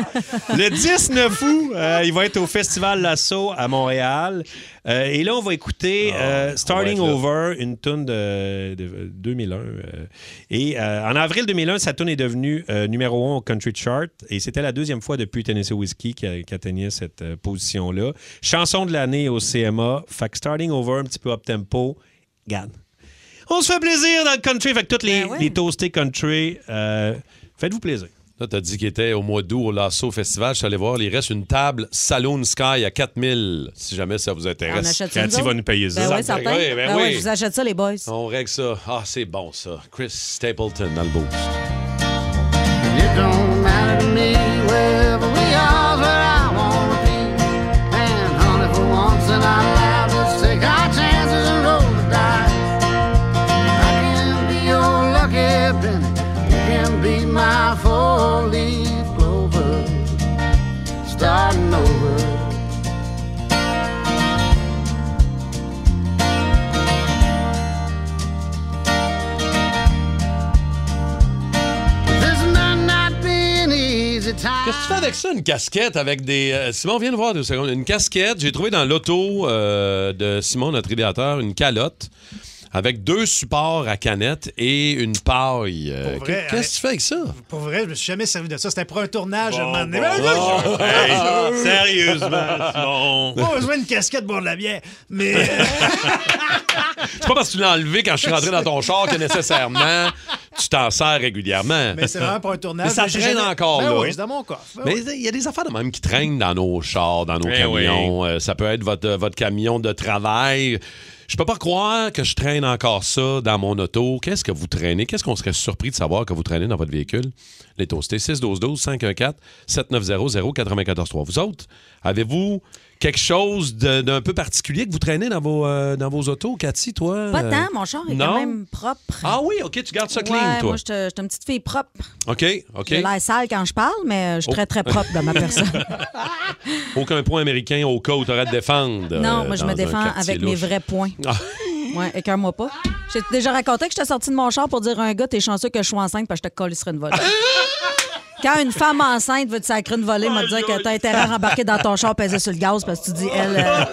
Le 19 août, euh, il va être au Festival Lasso à Montréal. Euh, et là, on va écouter euh, Starting Ah, on va être Over, une tune de, de 2001. euh. et euh, en avril 2001, sa tune est devenue euh, numéro 1 au Country Chart. Et c'était la deuxième fois depuis Tennessee Whiskey qu'a- qu'atteignait cette euh, position-là. Chanson de l'année au CMA. Fait que Starting Over, un petit peu up-tempo. Gagne. On se fait plaisir dans le country. Fait que toutes les, les toastés country, euh, faites-vous plaisir. Là, t'as dit qu'il était au mois d'août au Lasso Festival. Je suis allé voir, il reste une table Saloon Sky à 4000, si jamais ça vous intéresse. On achète ça, nous autres? Ben oui, certain. Oui, ben Ben ouais, oui. je vous achète ça, les boys. On règle ça. Ah, c'est bon, ça. Chris Stapleton dans le boost. It don't matter to me wherever we are, where I wanna be. And honey, for once in our lives, let's take our chances and roll the dice. I can be your lucky penny, you can be my four-leaf clover, starting over. This might not be an easy time. Qu'est-ce que tu fais avec ça, une casquette avec des. euh, Simon, viens de voir deux secondes. Une casquette, j'ai trouvé dans l'auto euh, de Simon, notre idéateur, une calotte avec deux supports à canette et une paille. Euh, Pour vrai, hein? qu'est- Qu'est-ce que tu fais avec ça? Pour vrai, je me suis jamais servi de ça. C'était pour un tournage à un moment donné. Oh, bon, Mais là, bon. je- [laughs] Hey, je- sérieusement, Simon. Pas besoin d'une casquette pour boire de la bière. Mais C'est pas parce que tu l'as enlevé quand je suis rentré dans ton char que nécessairement tu t'en sers régulièrement. Mais c'est vraiment pour un tournage, Mais ça mais j'ai traîne jamais- encore. Ben là. oui, c'est dans mon coffre. Ben Mais oui. il y a des affaires de même qui traînent dans nos chars, dans nos Eh camions. Euh, ça peut être votre, votre camion de travail. Je peux pas croire que je traîne encore ça dans mon auto. Qu'est-ce que vous traînez? Qu'est-ce qu'on serait surpris de savoir que vous traînez dans votre véhicule? Les toastés 6 12 12 514 7900 94 3. Vous autres, avez-vous quelque chose de- d'un peu particulier que vous traînez dans vos, euh, dans vos autos? Cathy, toi? Pas euh, tant, mon char est non? quand même propre. Ah oui, OK, tu gardes ça clean, Ouais, toi. Moi, je te- je suis une petite fille propre. OK, OK. J'ai l'air sale quand je parle, mais euh, je suis Oh. très, très propre dans ma [laughs] personne. Aucun point américain au cas où tu aurais à te défendre. non, euh, moi, je dans me un défends quartier avec mes louche. vrais points. Ah. Ouais, écœure-moi pas. J'ai déjà raconté que j'étais sortie de mon char pour dire à un gars, t'es chanceux que je suis enceinte parce que je te colle sur une [laughs] volée. Quand une femme enceinte veut te sacrer une volée, m'a dire que t'as intérêt à rembarquer dans ton char, peser sur le gaz parce que tu dis, elle, euh,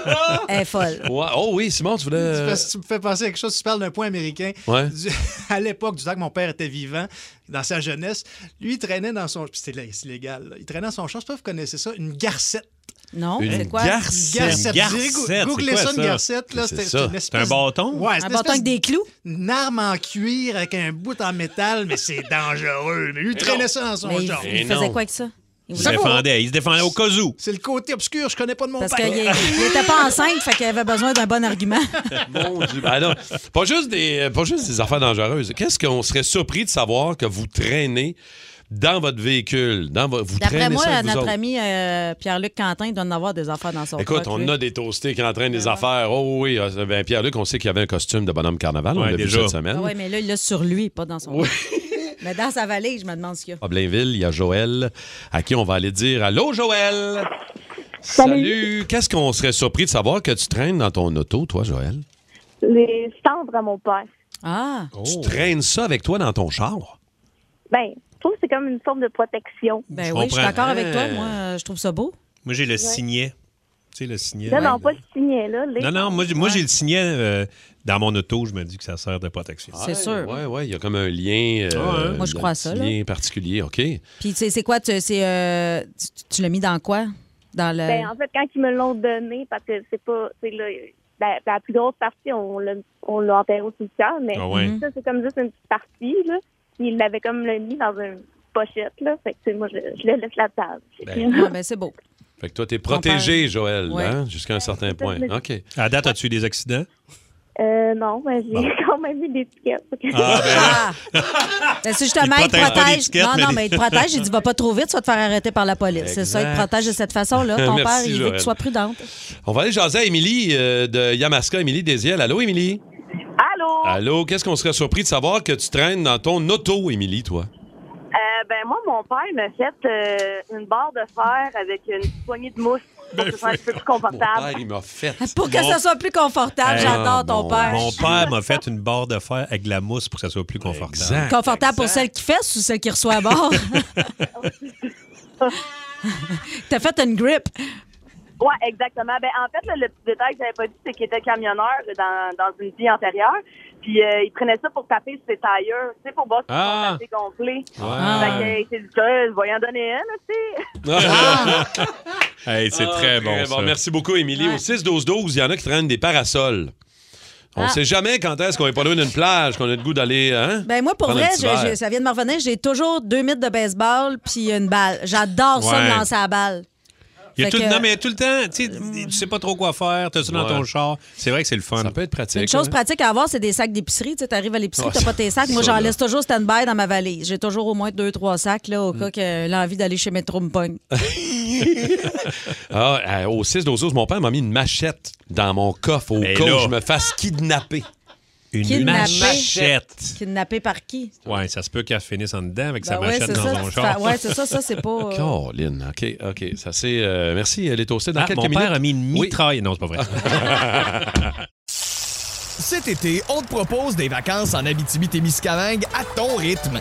elle est folle. [laughs] Ouais. Oh oui, Simon, tu Euh, voulais. Parce que tu me fais penser à quelque chose, tu parles d'un point américain. Ouais. Du- [laughs] à l'époque, du temps que mon père était vivant, dans sa jeunesse, lui, il traînait dans son. puis C'était lé- c'est légal. là. Il traînait dans son champ. Je sais pas si vous connaissez ça, une garcette. Non, Une c'est quoi? garcette. Une garcette. Une Vous irez go- garcette, Googlez c'est quoi ça, une ça? garcette. là, C'est c'était- ça. c'était une C'est espèce un de- bâton? Ouais, c'est Un une bâton espèce avec des clous? Une arme en cuir avec un bout en métal, mais c'est dangereux. Mais lui, il traînait ça dans son Mais il, genre. il faisait quoi avec ça? Il se défendait. Il se défendait au cas où. C'est le côté obscur, je connais pas de mon Parce père. qu'il [laughs] n'était pas enceinte, fait qu'il avait besoin d'un bon argument. Mon Dieu. Ben non, pas, juste des, euh, pas juste des affaires dangereuses. Qu'est-ce qu'on serait surpris de savoir que vous traînez dans votre véhicule? Dans vo- vous D'après traînez moi, ça, vous notre autres? ami euh, Pierre-Luc Quentin doit en avoir des affaires dans son Écoute, truck, on lui. a des toastés qui entraînent Ah des affaires. Oh oui, euh, ben Pierre-Luc, on sait qu'il y avait un costume de bonhomme carnaval. on Ouais, l'a vu déjà. cette semaine. Ah ouais, mais là, il l'a sur lui, pas dans son. Oui. [laughs] mais dans sa valise, je me demande ce qu'il y a. À Blainville, il y a Joël, à qui on va aller dire Allô, Joël! Salut! Qu'est-ce qu'on serait surpris de savoir que tu traînes dans ton auto, toi, Joël? les cendres à mon père. Ah! Tu traînes ça avec toi dans ton char? Ben, je trouve que c'est comme une forme de protection. Ben Je oui, je suis comprends. d'accord avec toi. Euh. Moi, euh, je trouve ça beau. Moi, j'ai le signet. Tu sais, le signet. Là, non, pas le signet, là. les- Non, non, moi, j'ai- moi j'ai le signet euh, dans mon auto, je me dis que ça sert de protection. C'est sûr. Oui, oui, Ah, il y a comme un lien. euh, Ah, ouais. Moi, je un crois à petit ça, là. lien particulier, OK. Puis, tu sais, c'est quoi? Tu, c'est, euh, tu, tu l'as mis dans quoi? Dans le. Ben, en fait, quand ils me l'ont donné, parce que c'est pas. C'est là, la, la plus grosse partie, on l'a on l'a enterré au cimetière, mais Ah ouais. ça, c'est comme juste une petite partie, là. Ils l'avaient comme le mis dans une pochette, là. Fait que, tu sais, moi, je, je le laisse la table. Ben. Ah, ben, c'est beau. Fait que toi, t'es protégé, Joël, Ouais. hein, jusqu'à un certain point. je me OK. À date, as-tu eu des accidents? Euh, non, mais j'ai Bon. [laughs] quand même eu des tickets. Ah, ben là. Ben, c'est justement, Il il te te protège pas des protège. étiquettes, Non, non, mais mais il te des- [laughs] protège. Il dit, va pas trop vite, tu vas te faire arrêter par la police. C'est ça, il te Exact. protège de cette [laughs] façon-là. Ton Merci, père, il veut que Joël. tu sois prudente. On va aller jaser à Émilie euh, de Yamaska, Émilie Désiel. Allô, Émilie? Allô? Allô, qu'est-ce qu'on serait surpris de savoir que tu traînes dans ton auto, Émilie, toi? Euh, ben moi, mon père m'a fait euh, une barre de fer avec une poignée de mousse Ben, pour que ce soit un peu plus Ah, confortable. il m'a fait. [laughs] Pour que Mon- ça soit plus confortable, Hey, j'adore ton mon- père. Mon père m'a fait une barre de fer avec de la mousse pour que ça soit plus confortable. Confortable pour celle qui fesse ou celle qui reçoit à bord? [laughs] T'as fait une grip. Ouais, exactement. Ben, en fait, là, le petit détail que j'avais pas dit, c'est qu'il était camionneur dans, dans une vie antérieure. Puis, euh, il prenait ça pour taper ses tailleurs, tu sais, pour voir si Ah. était gonflé. Ouais. Fait que, euh, il s'est dit, je vais y en donner une, tu sais. [laughs] Hey, c'est Ah! très bon. ça. Merci beaucoup, Émilie. Au 6-12-12, il y en a qui traînent des parasols. On Ah. sait jamais quand est-ce qu'on est pas loin d'une plage, qu'on a le goût d'aller. Hein, Ben moi, pour prendre vrai, un petit je- verre. je- ça vient de me revenir. J'ai toujours deux mythes de baseball puis une balle. J'adore ça, me Ouais. lancer la balle. Il y a Fait tout, que- non, mais tout le temps, tu sais, tu sais pas trop quoi faire, t'as ça dans Ouais. ton char. C'est vrai que c'est le fun. Ça peut être pratique. hein. Une euh, chose pratique à avoir, c'est des sacs d'épicerie. Tu sais, t'arrives à l'épicerie, Ouais, t'as pas tes sacs. Moi, ça, j'en là. laisse toujours stand-by dans ma valise. J'ai toujours au moins deux, trois sacs là, au Mm. cas que l'envie d'aller chez Metro me pogne. Ah, euh, au 6 12 mon père m'a mis une machette dans mon coffre au cas Ben là. où je me fasse kidnapper. Une machette. Kidnappé par qui? Ouais, ça se peut qu'elle finisse en dedans avec sa Ben ouais, machette c'est dans ça, son c'est char. fa- ouais, c'est ça, ça, c'est pas, euh, Caroline, OK, OK. Ça, c'est. euh, merci, les toastés. Dans Ah, quelques mon père minutes- a mis une Oui. mitraille. Non, c'est pas vrai. Cet été, on te propose des vacances en Abitibi-Témiscamingue à ton rythme.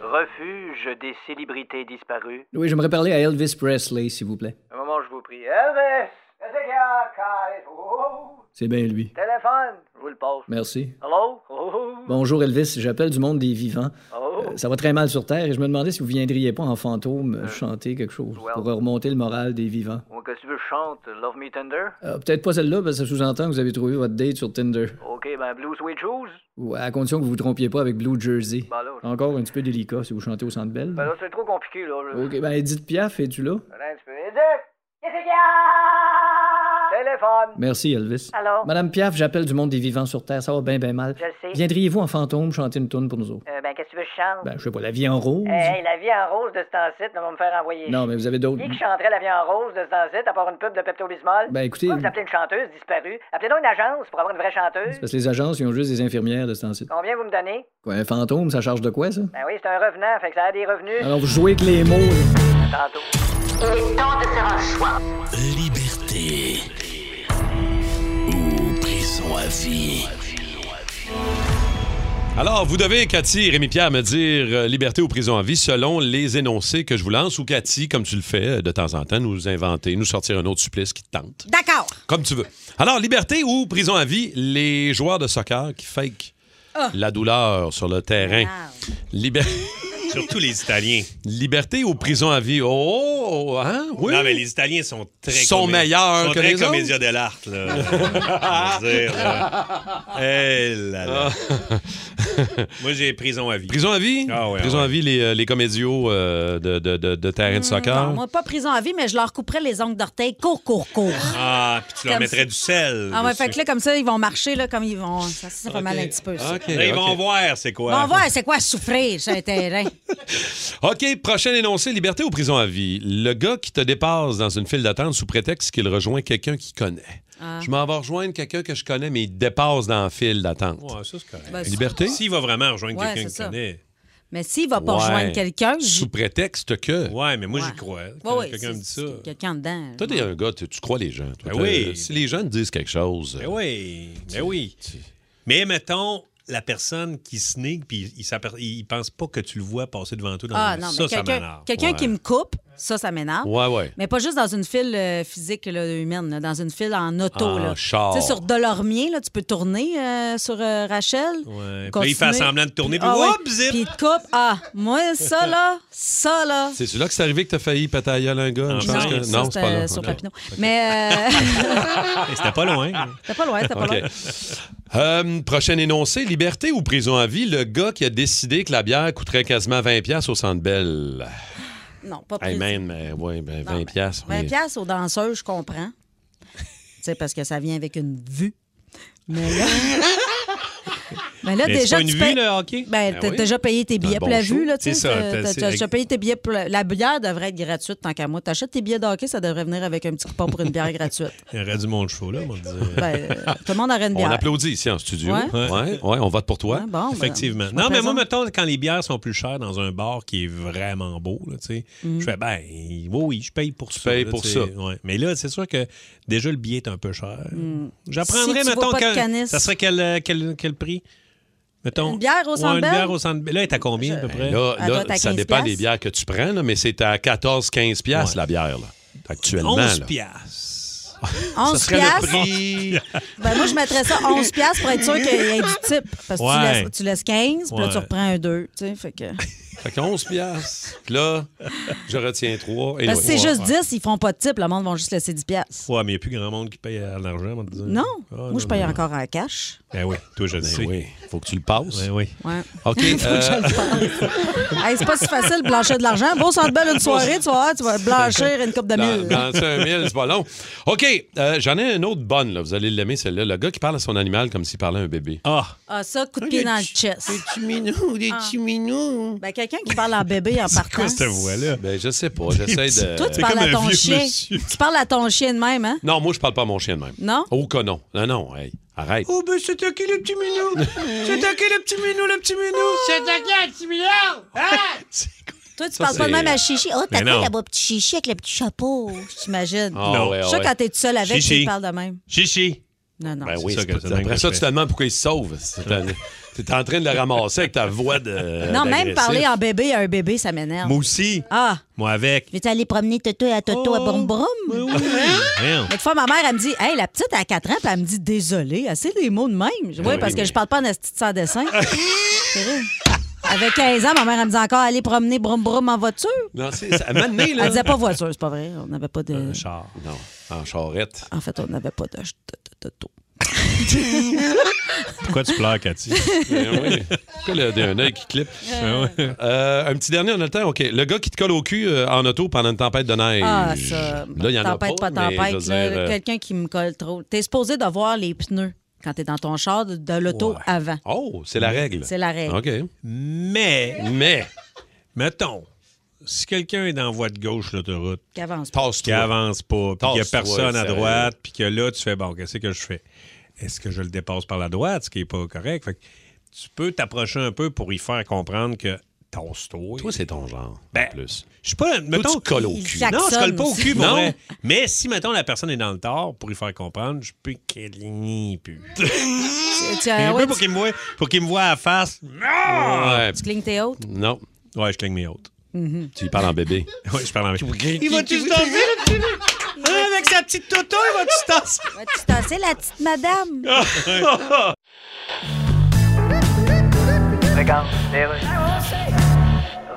Refuge des célébrités disparues. Oui, j'aimerais parler à Elvis Presley, s'il vous plaît. Un moment, je vous prie. Hein? Elvis! Qu'est-ce qu'il y a, Kyle? Oh! C'est bien lui. Téléphone! Je vous le passe. Merci. Hello? Oh! Bonjour Elvis, j'appelle du monde des vivants. Oh! Euh, ça va très mal sur Terre et je me demandais si vous viendriez pas en fantôme euh, chanter quelque chose pour remonter le moral des vivants. Ou que tu veux chante Love Me Tender? Euh, Peut-être pas celle-là, parce que ça sous-entend que vous avez trouvé votre date sur Tinder. OK, ben Blue Sweet Shoes? Ou à condition que vous vous trompiez pas avec Blue Jersey. Ben là, Encore un petit peu délicat si vous chantez au Centre Bell. ben là, c'est trop compliqué, là. là. Ok, ben Edith Piaf, es-tu là? Attends un petit peu. Edith! Qu'est-ce qu'il y a? Téléphone! Merci Elvis. Allô? Madame Piaf, j'appelle du monde des vivants sur Terre, ça va bien bien mal. Je le sais. Viendriez-vous en fantôme chanter une tune pour nous autres? Euh, ben, qu'est-ce que tu veux que je chante? Ben je sais pas, la vie en rose. Eh, hey, la vie en rose de ce temps-ci, on va me faire envoyer. Non, mais vous avez d'autres- Qui qui chanterait la vie en rose de ce temps-ci, à part une pub de Pepto-Bismol? Ben, écoutez- Pourquoi Vous appelez une chanteuse disparue. Appelez donc une agence pour avoir une vraie chanteuse. Parce que les agences, ils ont juste des infirmières de ce temps-ci. Combien vous me donnez? Quoi, un fantôme, ça charge de quoi, ça? Ben oui, c'est un revenant, fait que ça a des revenus. Alors, vous jouez avec les mots. là. Tantôt. Il est temps de faire un choix. Liberté ou prison à vie. [laughs] Alors, vous devez, Cathy et Rémi-Pierre, me dire euh, liberté ou prison à vie selon les énoncés que je vous lance ou Cathy, comme tu le fais euh, de temps en temps, nous inventer, nous sortir un autre supplice qui te tente. D'accord. Comme tu veux. Alors, liberté ou prison à vie, les joueurs de soccer qui fake Ah. la douleur sur le Hein? terrain. Liberté. [laughs] Surtout les Italiens. Liberté ou prison à vie? Oh, hein? Oui. Non, mais les Italiens sont très Sont comé- meilleurs sont que très les autres? comédiens de l'art, [laughs] là. On va se dire, là. Eh là là. Moi, j'ai prison à vie. Prison à vie? Ah ouais, [laughs] Prison à vie, les, euh, les comédios euh, de, de, de, de terrain Mm, de soccer. Non, moi, pas prison à vie, mais je leur couperais les ongles d'orteil court, court, court. Ah, puis tu leur Comme mettrais du sel. Ah ouais, dessus. fait que là, comme ça, ils vont marcher, là, comme ils vont. Ça, ça fait mal un petit peu, ça. Là, ils vont voir c'est quoi. On va voir c'est quoi souffrir sur un [laughs] terrain. OK, prochain énoncé, liberté ou prison à vie. Le gars qui te dépasse dans une file d'attente sous prétexte qu'il rejoint quelqu'un qu'il connaît. Ah. Je m'en vais rejoindre quelqu'un que je connais, mais il te dépasse dans la file d'attente. Ouais, ça, c'est correct. Ben, Liberté? S'il va vraiment rejoindre Ouais, quelqu'un c'est qu'il ça. connaît. Mais s'il va pas Ouais. rejoindre quelqu'un, je- Sous prétexte que. Ouais, mais moi, Ouais. j'y crois. Ouais, Quand ouais, quelqu'un c'est- me dit ça. quelqu'un dedans. Toi, t'es un gars, tu tu crois les gens. Ben toi. T'as- oui. Si les gens te disent quelque chose. euh. Ben oui, ben oui. Mais mettons la personne qui sneak puis il, s'aper- il pense pas que tu le vois passer devant toi dans Ah la- non, ça, mais ça quelqu'un m'énerve. quelqu'un Ouais. qui me coupe, ça, ça m'énerve. Ouais, ouais. Mais pas juste dans une file euh, physique là, humaine, là, dans une file en auto. En là. Ah, char. Tu sais, sur Delormier, là, tu peux tourner euh, sur euh, Rachel. Ouais. Puis là, continuer. il fait semblant de tourner, puis ah, ouais. Oups, zip! Puis il te coupe. Ah, moi, [laughs] ça là, ça là. C'est là que c'est arrivé que t'as failli péter à gueule un gars. une chance que- ça, Non, c'est pas c'était là. Sur OK. Papineau. Mais. [laughs] euh, [laughs] Et C'était pas loin. T'es pas loin, t'es pas OK. loin. Euh, prochain énoncé, liberté ou prison à vie, le gars qui a décidé que la bière coûterait quasiment 20$ au Centre Bell. Non, pas Hey pris. man, mais ouais, ben 20$. piastres, oui. 20 piastres aux danseurs, je comprends. Tu sais, parce que ça vient avec une vue. Mais [laughs] là... Mais là, Mais c'est déjà, pas une tu vue, payes- le hockey? Ben, Ben t'as oui. déjà payé tes billets Un pour bon la show. vue, là, tu C'est sais. ça, t'as- t'as- T'as c'est- t'as déjà payé tes billets pour la... la bière devrait être gratuite tant qu'à moi. T'achètes tes billets de hockey, ça devrait venir avec un petit coupon pour une bière [laughs] gratuite. Il aurait du monde chaud, là, on va dire. Ben, euh, tout le monde aurait une On bière. applaudit ici en studio. Ouais. Ouais. ouais, on vote pour toi. Ouais, bon, ben, Effectivement. je me non, mais moi, présente. mettons, quand les bières sont plus chères dans un bar qui est vraiment beau, là, tu sais, Mm. je fais, ben, oui, oui, je paye pour ça. payes là, pour tu ça. sais. Ouais. Mais là, c'est sûr que déjà, le billet est un peu cher. Mm. Si J'apprendrais, tu mettons, vois pas de que- canis. ça serait quel, euh, quel, quel prix? Mettons, Une bière au Ouais, Centre Une Bell? bière au centre Bell. Là, elle est à combien, à peu près? Ben Là, Elle là, doit être à ça 15 dépend des piastres. bières que tu prends, là, mais c'est à 14-15$ piastres, la bière, là, actuellement. 11 là. piastres. 11 serait le piastres? [laughs] prix. Ben, moi, je mettrais ça 11 piastres pour être sûr qu'il y ait du type. Parce que Ouais. tu, laisses, tu laisses 15, puis là, tu Ouais. reprends un 2. Tu sais, fait que... Fait que 11 piastres. Puis là, je retiens 3. Et Parce que Ben, c'est trois. juste 10, ils font pas de type. Le monde vont juste laisser 10 piastres. [laughs] Ouais, mais il n'y a plus grand monde qui paye à l'argent, on va te dire. Non. Ah, Moi, non, je paye non. encore en cash. Ben oui, toi, je le Ben sais. Ben oui, faut que tu le passes. oui. Ouais. [laughs] OK. Faut que euh, je le fasse. Hey, c'est pas si facile de blanchir de l'argent. Bon, ça te belle une soirée, tu vas voir, tu vas blanchir une coupe de Dans, mille. dans un mille, c'est pas long. OK, euh, j'en ai une autre bonne, là. vous allez l'aimer, celle-là. Le gars qui parle à son animal comme s'il parlait à un bébé. Ah! Ah, ça, coup de pied dans le chest. Des chiminou, des chiminou. Ben, quelqu'un qui parle en bébé [laughs] en Hein? partant. voix-là? Ben, je sais pas, j'essaie de... Toi, tu parles à ton chien. Tu parles à ton chien de même, hein? Non, moi, je parle pas à mon chien de même. Non? Oh que non. Non, non, hey, arrête. Oh, ben, c'est taqué le petit minou! [laughs] C'est taqué le petit minou, le petit minou! C'est taqué le petit minou! Hein? Toi, tu Ça, parles pas de c'est- même à Chichi. Oh, t'as Mais non. quoi, la beau petit Chichi avec le petit chapeau? J'imagine. Ah, Non. ouais, Je sais ouais. quand t'es tout seul avec, Chichi. tu parles de même. Chichi! Non, non. Ben oui, ça c'est que- pas- c'est même après que ça, je tu te fais. demandes pourquoi il se sauve. C'est un- [laughs] T'es en train de le ramasser avec ta voix de. non, même Euh, d'agressif. parler en bébé à un bébé, ça m'énerve. Moi aussi. Ah! Moi avec. Je vais aller promener Toto à Toto à Oh, Brum Brum. [laughs] Voyons. L'autre fois, ma mère, elle me dit Hey, la petite a 4 ans, puis elle me dit Désolée, elle sait les mots de même. Je dis, Ben Oui, oui, parce mais- que je parle pas en esti de sans [laughs] dessin. C'est vrai. Avec 15 ans, ma mère, elle me dit encore Allez promener Brum Brum en voiture. [laughs] Non, c'est- ça- à un moment donné, là- Elle disait pas voiture, c'est pas vrai. On n'avait pas de. char. Non, en charrette. En fait, on n'avait pas de. de- de- de- Pourquoi tu pleures, Cathy? [laughs] Ben Ben oui. Pourquoi le- d'un œil qui clip? Euh, un petit dernier, on a le temps. OK. Le gars qui te colle au cul euh, en auto pendant une tempête de neige. Ah, ça. Là, il y en a tempête, pas, pas, mais je veux tempête. là, dire, euh, Quelqu'un qui me colle trop. T'es supposé de voir les pneus quand t'es dans ton char de, de l'auto avant. Oh, c'est la règle. C'est la règle. OK. Mais. Mais. Mettons, si quelqu'un est dans la voie de gauche de l'autoroute, Qu'avance pas. Tasse-toi. qui avance pas, puis qu'il n'y a Tasse-toi, personne à sérieux. droite, puis que là, tu fais bon, qu'est-ce que je fais? Est-ce que je le dépasse par la droite, ce qui n'est pas correct? Fait que tu peux t'approcher un peu pour y faire comprendre que tasse-toi. Toi, c'est ton genre. Ben, plus. Je suis pas. Mettons, tu colles au Il cul. Non, je colle pas au aussi. cul, pour Non. vrai. Mais si, mettons, la personne est dans le tort, pour y faire comprendre, je peux cligner, puis. Tu, [laughs] tu- un ouais, peu pour tu, qu'il me voie, pour qu'il me voie à la face. Non! Ouais. tu clignes tes hautes. Non. Ouais, je cligne mes autres. Mhm. Tu y parles en bébé. [laughs] Ouais, je parle en Il va-tu se danser, le petit minou? Hein, Avec sa petite toto, il va-tu se danser? Ah. Vas-tu danser, la petite [laughs] madame? Regarde,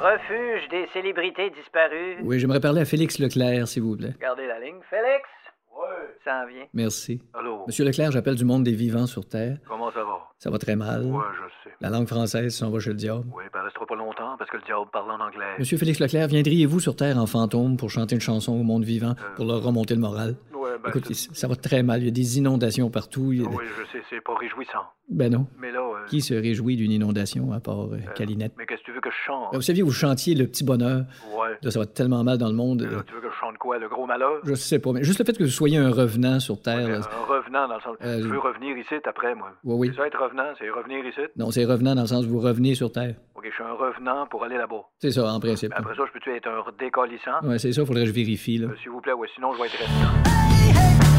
Refuge des célébrités disparues. Oui, j'aimerais parler à Félix Leclerc, s'il vous plaît. Gardez la ligne. Félix? Ouais. Ça en vient. Merci. Allô? Monsieur Leclerc, j'appelle du monde des vivants sur Terre. Comment ça va? Ça va très mal. Ouais, je sais. La langue française s'en va chez le diable. Oui, ben restera pas longtemps parce que le diable parle en anglais. Monsieur Félix Leclerc, viendriez-vous sur Terre en fantôme pour chanter une chanson au monde vivant, pour leur remonter le moral? Ouais, Euh, ben, Écoutez, c'est- Ah ça va très mal. Il y a des inondations partout. Il y a- Oui, je sais, c'est pas réjouissant. Ben non. Mais là, euh, Qui se réjouit d'une inondation à part euh, Calinette? Euh, mais qu'est-ce que tu veux que je chante? Vous saviez, vous chantiez Le Petit Bonheur. Ouais. Là, ça va tellement mal dans le monde. Là, tu veux que je chante quoi? Le gros malheur? Euh, Je sais pas, mais juste le fait que vous soyez un revenant sur Terre. là, Un revenant dans le sens. Euh, je veux revenir ici après, moi. Oui, oui. C'est ça être revenant, c'est revenir ici. Non, c'est revenant dans le sens où vous revenez sur Terre. Ok, je suis un revenant pour aller là-bas. C'est ça, en principe. Mais après ça, je peux-tu être un décollissant? Ouais, c'est ça, faudrait que je vérifie. Là. Euh, S'il vous plaît, ouais, sinon je vais être restant.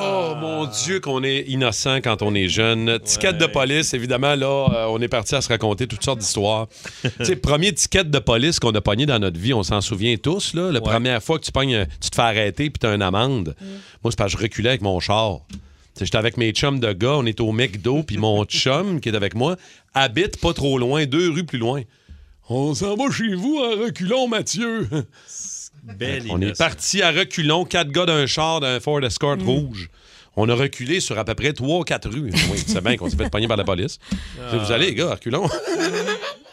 Oh mon Dieu, qu'on est innocent quand on est jeune. Ticket de police, évidemment, là, euh, on est parti à se raconter toutes sortes d'histoires. tu sais, premier ticket de police qu'on a pogné dans notre vie, on s'en souvient tous, là. La première fois que tu pognes, un- tu te fais arrêter puis t'as une amende. Moi, c'est parce que je reculais avec mon char. Tu sais, J'étais avec mes chums de gars, on était au McDo, puis mon chum qui est avec moi habite pas trop loin, deux rues plus loin. On s'en va chez vous en reculant, Mathieu. Belle on est innocence. parti à reculons, quatre gars d'un char, d'un Ford Escort Mm. rouge. On a reculé sur à peu près 3-4 rues. [laughs] Oui, c'est bien qu'on s'est fait pogner par la police. Ah. Tu sais, Vous allez, les gars, à reculons.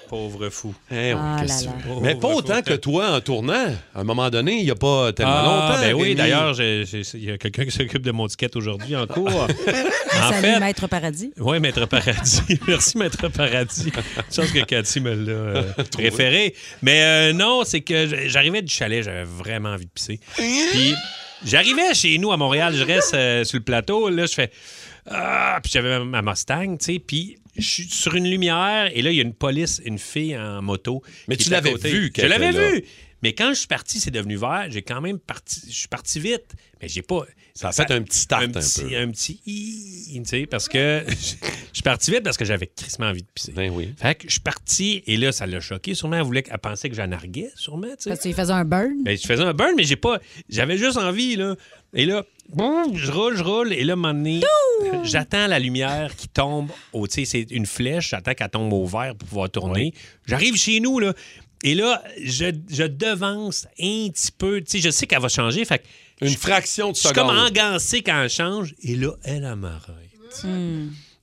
Pauvre fou. Eh oui, Ah qu'est-ce là que tu là. veux? Mais pas autant que toi en tournant. À un moment donné, il n'y a pas tellement Ah, longtemps. ben oui, Rémi. d'ailleurs, j'ai- j'ai- il y a quelqu'un qui s'occupe de mon ticket aujourd'hui en cours. Ah. en Salut, fait, Maître Paradis. oui, Maître Paradis. [laughs] Merci, Maître Paradis. Je pense que Cathy me l'a euh, [laughs] préféré. Mais euh, non, c'est que j- j'arrivais du chalet, j'avais vraiment envie de pisser. Puis j'arrivais chez nous à Montréal, je reste euh, sur le plateau, là, je fais... Ah! Puis j'avais ma- ma Mustang, tu sais, puis je suis sur une lumière, et là, il y a une police, une fille en moto. Mais qui tu est à l'avais côté. vu Je qu'elle l'avais était là. vu! Mais quand je suis parti, c'est devenu vert. J'ai quand même parti. Je suis parti vite, mais j'ai pas. Ça a fait un petit start un petit, peu. un petit i, tu sais, parce que [laughs] je suis parti vite parce que j'avais crissement envie de pisser. Ben Fait que je suis parti et là, ça l'a choqué. Sûrement, elle voulait qu'elle pensait que j'en arguais, sûrement, tu sais. Parce que tu lui faisais un burn. Ben, je faisais un burn, mais j'ai pas. J'avais juste envie, là. Et là, boum, je roule, je roule. Et là, à un moment donné, j'attends la lumière qui tombe au. Tu sais, c'est une flèche, j'attends qu'elle tombe au vert pour pouvoir tourner. J'arrive chez nous, là. Et là, je, je devance un petit peu. Tu sais, je sais qu'elle va changer. Fait une fraction de Je suis comme seconde. engancé quand elle change. Et là, elle, elle m'arrête.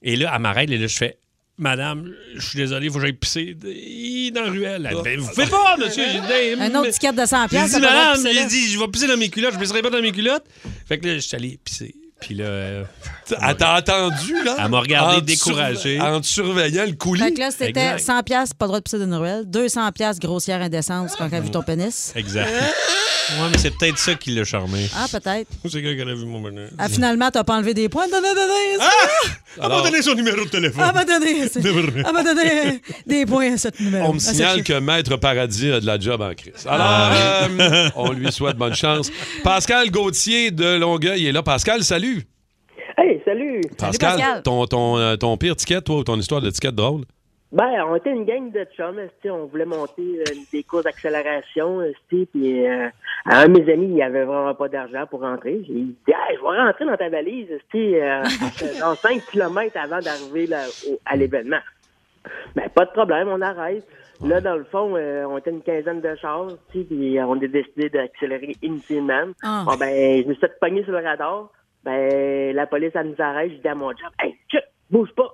Et là, elle m'arrête. Et là, je fais. Madame, je suis désolé, faut que j'aille pisser Hi, dans la ruelle. Ah. Elle fait, vous pouvez pas, monsieur. J'ai dit, Un autre ticket de 100 piastres. j'ai dit, ça pourrait madame, pisser j'ai là. dit, je vais pisser dans mes culottes, je pisserai pas dans mes culottes. Fait que là, je suis allé pisser. Puis là. euh, Elle t'a entendu, là? Elle m'a regardé En te découragé. surve- En te surveillant le coulis. Fait que là, c'était 100 piastres, pas le droit de pisser d'une ruelle. 200 piastres, grossière indécence quand elle a Mm. vu ton pénis. Exact. [laughs] ouais, mais c'est peut-être ça qui l'a charmé. Ah, peut-être. C'est quelqu'un qui a vu mon bonheur. Ah, finalement, t'as pas enlevé des points. Donne, donne, donne, Ah! ça. Elle m'a donné son numéro de téléphone. Ah, m'a [laughs] donné, c'est- Désolé. ah, m'a donné des points à cette numéro. On me À cette signale chiffre. que Maître Paradis a de la job en crise. Alors, Ah. euh, on lui souhaite bonne chance. Pascal Gauthier de Longueuil est là. Pascal, salut. Hey, salut! Pascal, Ton, ton, euh, ton pire ticket, toi, ou ton histoire de ticket drôle? Ben, on était une gang de chums, esti, on voulait monter euh, des cours d'accélération, esti, puis euh, un de mes amis, il avait vraiment pas d'argent pour rentrer. J'ai dit, Hey, je vais rentrer dans ta valise, esti, euh, [laughs] dans 5 km avant d'arriver là, au- à l'événement. Ben, pas de problème, on arrête. Là, dans le fond, euh, on était une quinzaine de chars, esti, puis euh, on a décidé d'accélérer inutilement. Ah. Bon, ben, je me suis fait pogner sur le radar. Ben, la police, elle nous arrête. J'ai dit à mon job, hey, chut, bouge pas.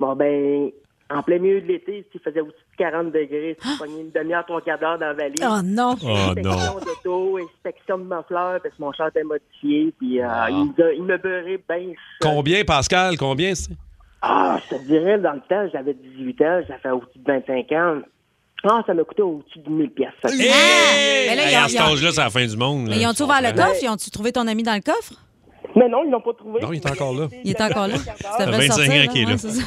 Bon, ben, en plein milieu de l'été, il faisait au-dessus de 40 degrés, tu pognais une demi-heure, trois quarts d'heure dans la valise. Ah! Oh non! Inspection Oh non. d'auto, inspection de muffler, parce que mon char était modifié, puis euh, Ah! il, nous a- il me beurrait ben... Combien, Pascal? Combien? c'est? Ah, je te dirais, dans le temps, j'avais 18 ans, j'avais au-dessus de 25 ans. Ah, ça m'a coûté au-dessus de 1000 pièces. Ah! Mais là, Hey, ils ont- à cet ils ont- âge-là, c'est la fin du monde. Mais ils ont-tu ouvert le coffre? Ils ont-tu trouvé ton ami dans le coffre? Mais non, ils l'ont pas trouvé. Non, il est encore là. Il est encore là. Ça Ça fait devrait 25 sortir, ans qu'il est ouais, là. c'est [laughs] ça.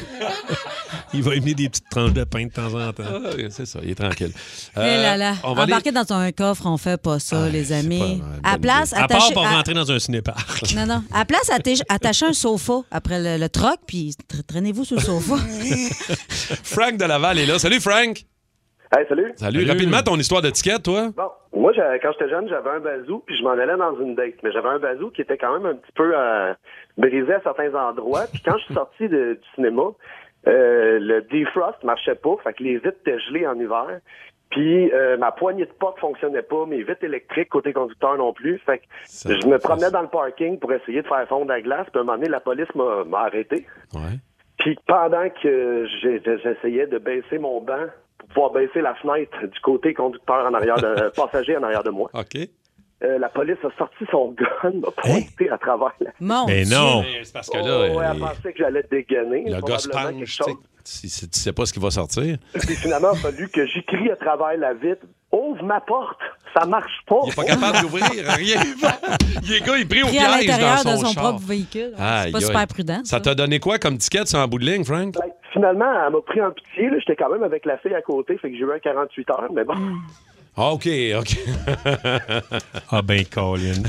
Il va émettre des petites tranches de pain de temps en temps. Ah, c'est ça, il est tranquille. Euh, Eh là là. Euh, on va aller- Ah, Embarquer dans un coffre, on fait pas ça, les amis. à place, À part attacher- pour à- rentrer dans un cinéparc. Non, non. À place, atta- attachez un sofa après le, le troc, puis tra- traînez-vous sur le [laughs] sofa. Frank de Laval est là. Salut, Frank. Hey, salut. Salut. Rapidement, ton histoire de ticket, toi? Bon, moi, j'avais- quand j'étais jeune, j'avais un bazou, puis je m'en allais dans une date. Mais j'avais un bazou qui était quand même un petit peu euh, brisé à certains endroits. Puis quand je suis sorti de- du cinéma, euh, le defrost marchait pas, fait que les vitres étaient gelées en hiver. Puis euh, ma poignée de porte fonctionnait pas, mes vitres électriques côté conducteur non plus. Fait que Ça, je me ça, promenais ça. dans le parking pour essayer de faire fondre la glace. Puis à un moment donné, la police m'a m'a arrêté. Ouais. Puis pendant que j'ai- j'essayais de baisser mon banc pour pouvoir baisser la fenêtre du côté conducteur en arrière de [laughs] euh, passager en arrière de moi, OK. euh, la police a sorti son gun, m'a pointé à travers la Mon Mais Dieu. non. Mais c'est parce que là, euh, Oh, ouais, elle il- pensait que j'allais dégainer. Le gars se probablement quelque penche, chose. Si, si tu sais pas ce qui va sortir. Puis finalement, il a fallu que j'y crie à travers la vitre. Ouvre ma porte, ça marche pas. Il est pas capable d'ouvrir, [laughs] rien. Les gars, il pris au Pris à piège l'intérieur dans son, de son char. propre véhicule. C'est Aïe, pas aïe. super prudent. Ça t'a donné quoi comme ticket sur un bout de ligne, Frank? [laughs] Finalement, elle m'a pris en pitié. là. J'étais quand même avec la fille à côté, fait que j'ai eu un 48 heures, mais bon. Ah, [laughs] OK, OK. ah ben, [laughs] Colin.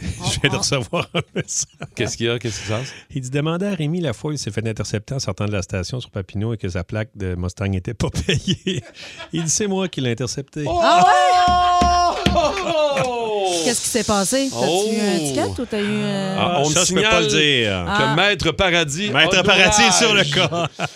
Je viens de recevoir un message. Qu'est-ce qu'il y a? Qu'est-ce qui se passe? Il dit Demandez à Rémi la fois où il s'est fait intercepter en sortant de la station sur Papineau et que sa plaque de Mustang n'était pas [laughs] payée. Il dit C'est moi qui l'ai intercepté. Ah Oh! ouais? Qu'est-ce qui s'est passé? T'as-tu Oh! eu un ticket ou t'as eu... euh, Ah, on ça, me je peux signale pas le dire. Que Ah. Maître Paradis. Maître a Paradis est sur le l'ouvrage. cas.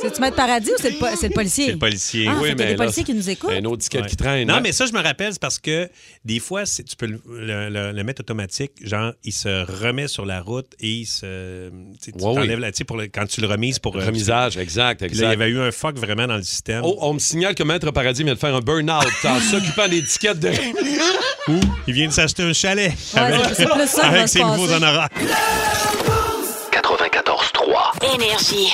C'est-tu Maître Paradis ou c'est le, po- c'est le policier? C'est le policier. Ah, fait qu'il y a des policiers qui nous écoutent. Ben autre ticket qui traîne. hein? hein? Non, mais ça, je me rappelle, c'est parce que des fois, c'est- tu peux le, le- le- le mettre automatique. Genre, il se remet sur la route et il se. Tu sais, tu Ouais, oui. t'enlèves la- tu sais, pour le- quand tu le remises pour. euh, Remisage, exact, Puis là, il y exact. avait eu un fuck vraiment dans le [laughs] système. Oh, on me signale que Maître Paradis vient de faire un burn-out en s'occupant des tickets de Rémi. Ou il vient de s'acheter un chalet Ouais, avec, c'est- c'est plus ça qui va avec se ses nouveaux passer. honoraires. 94.3. Énergie.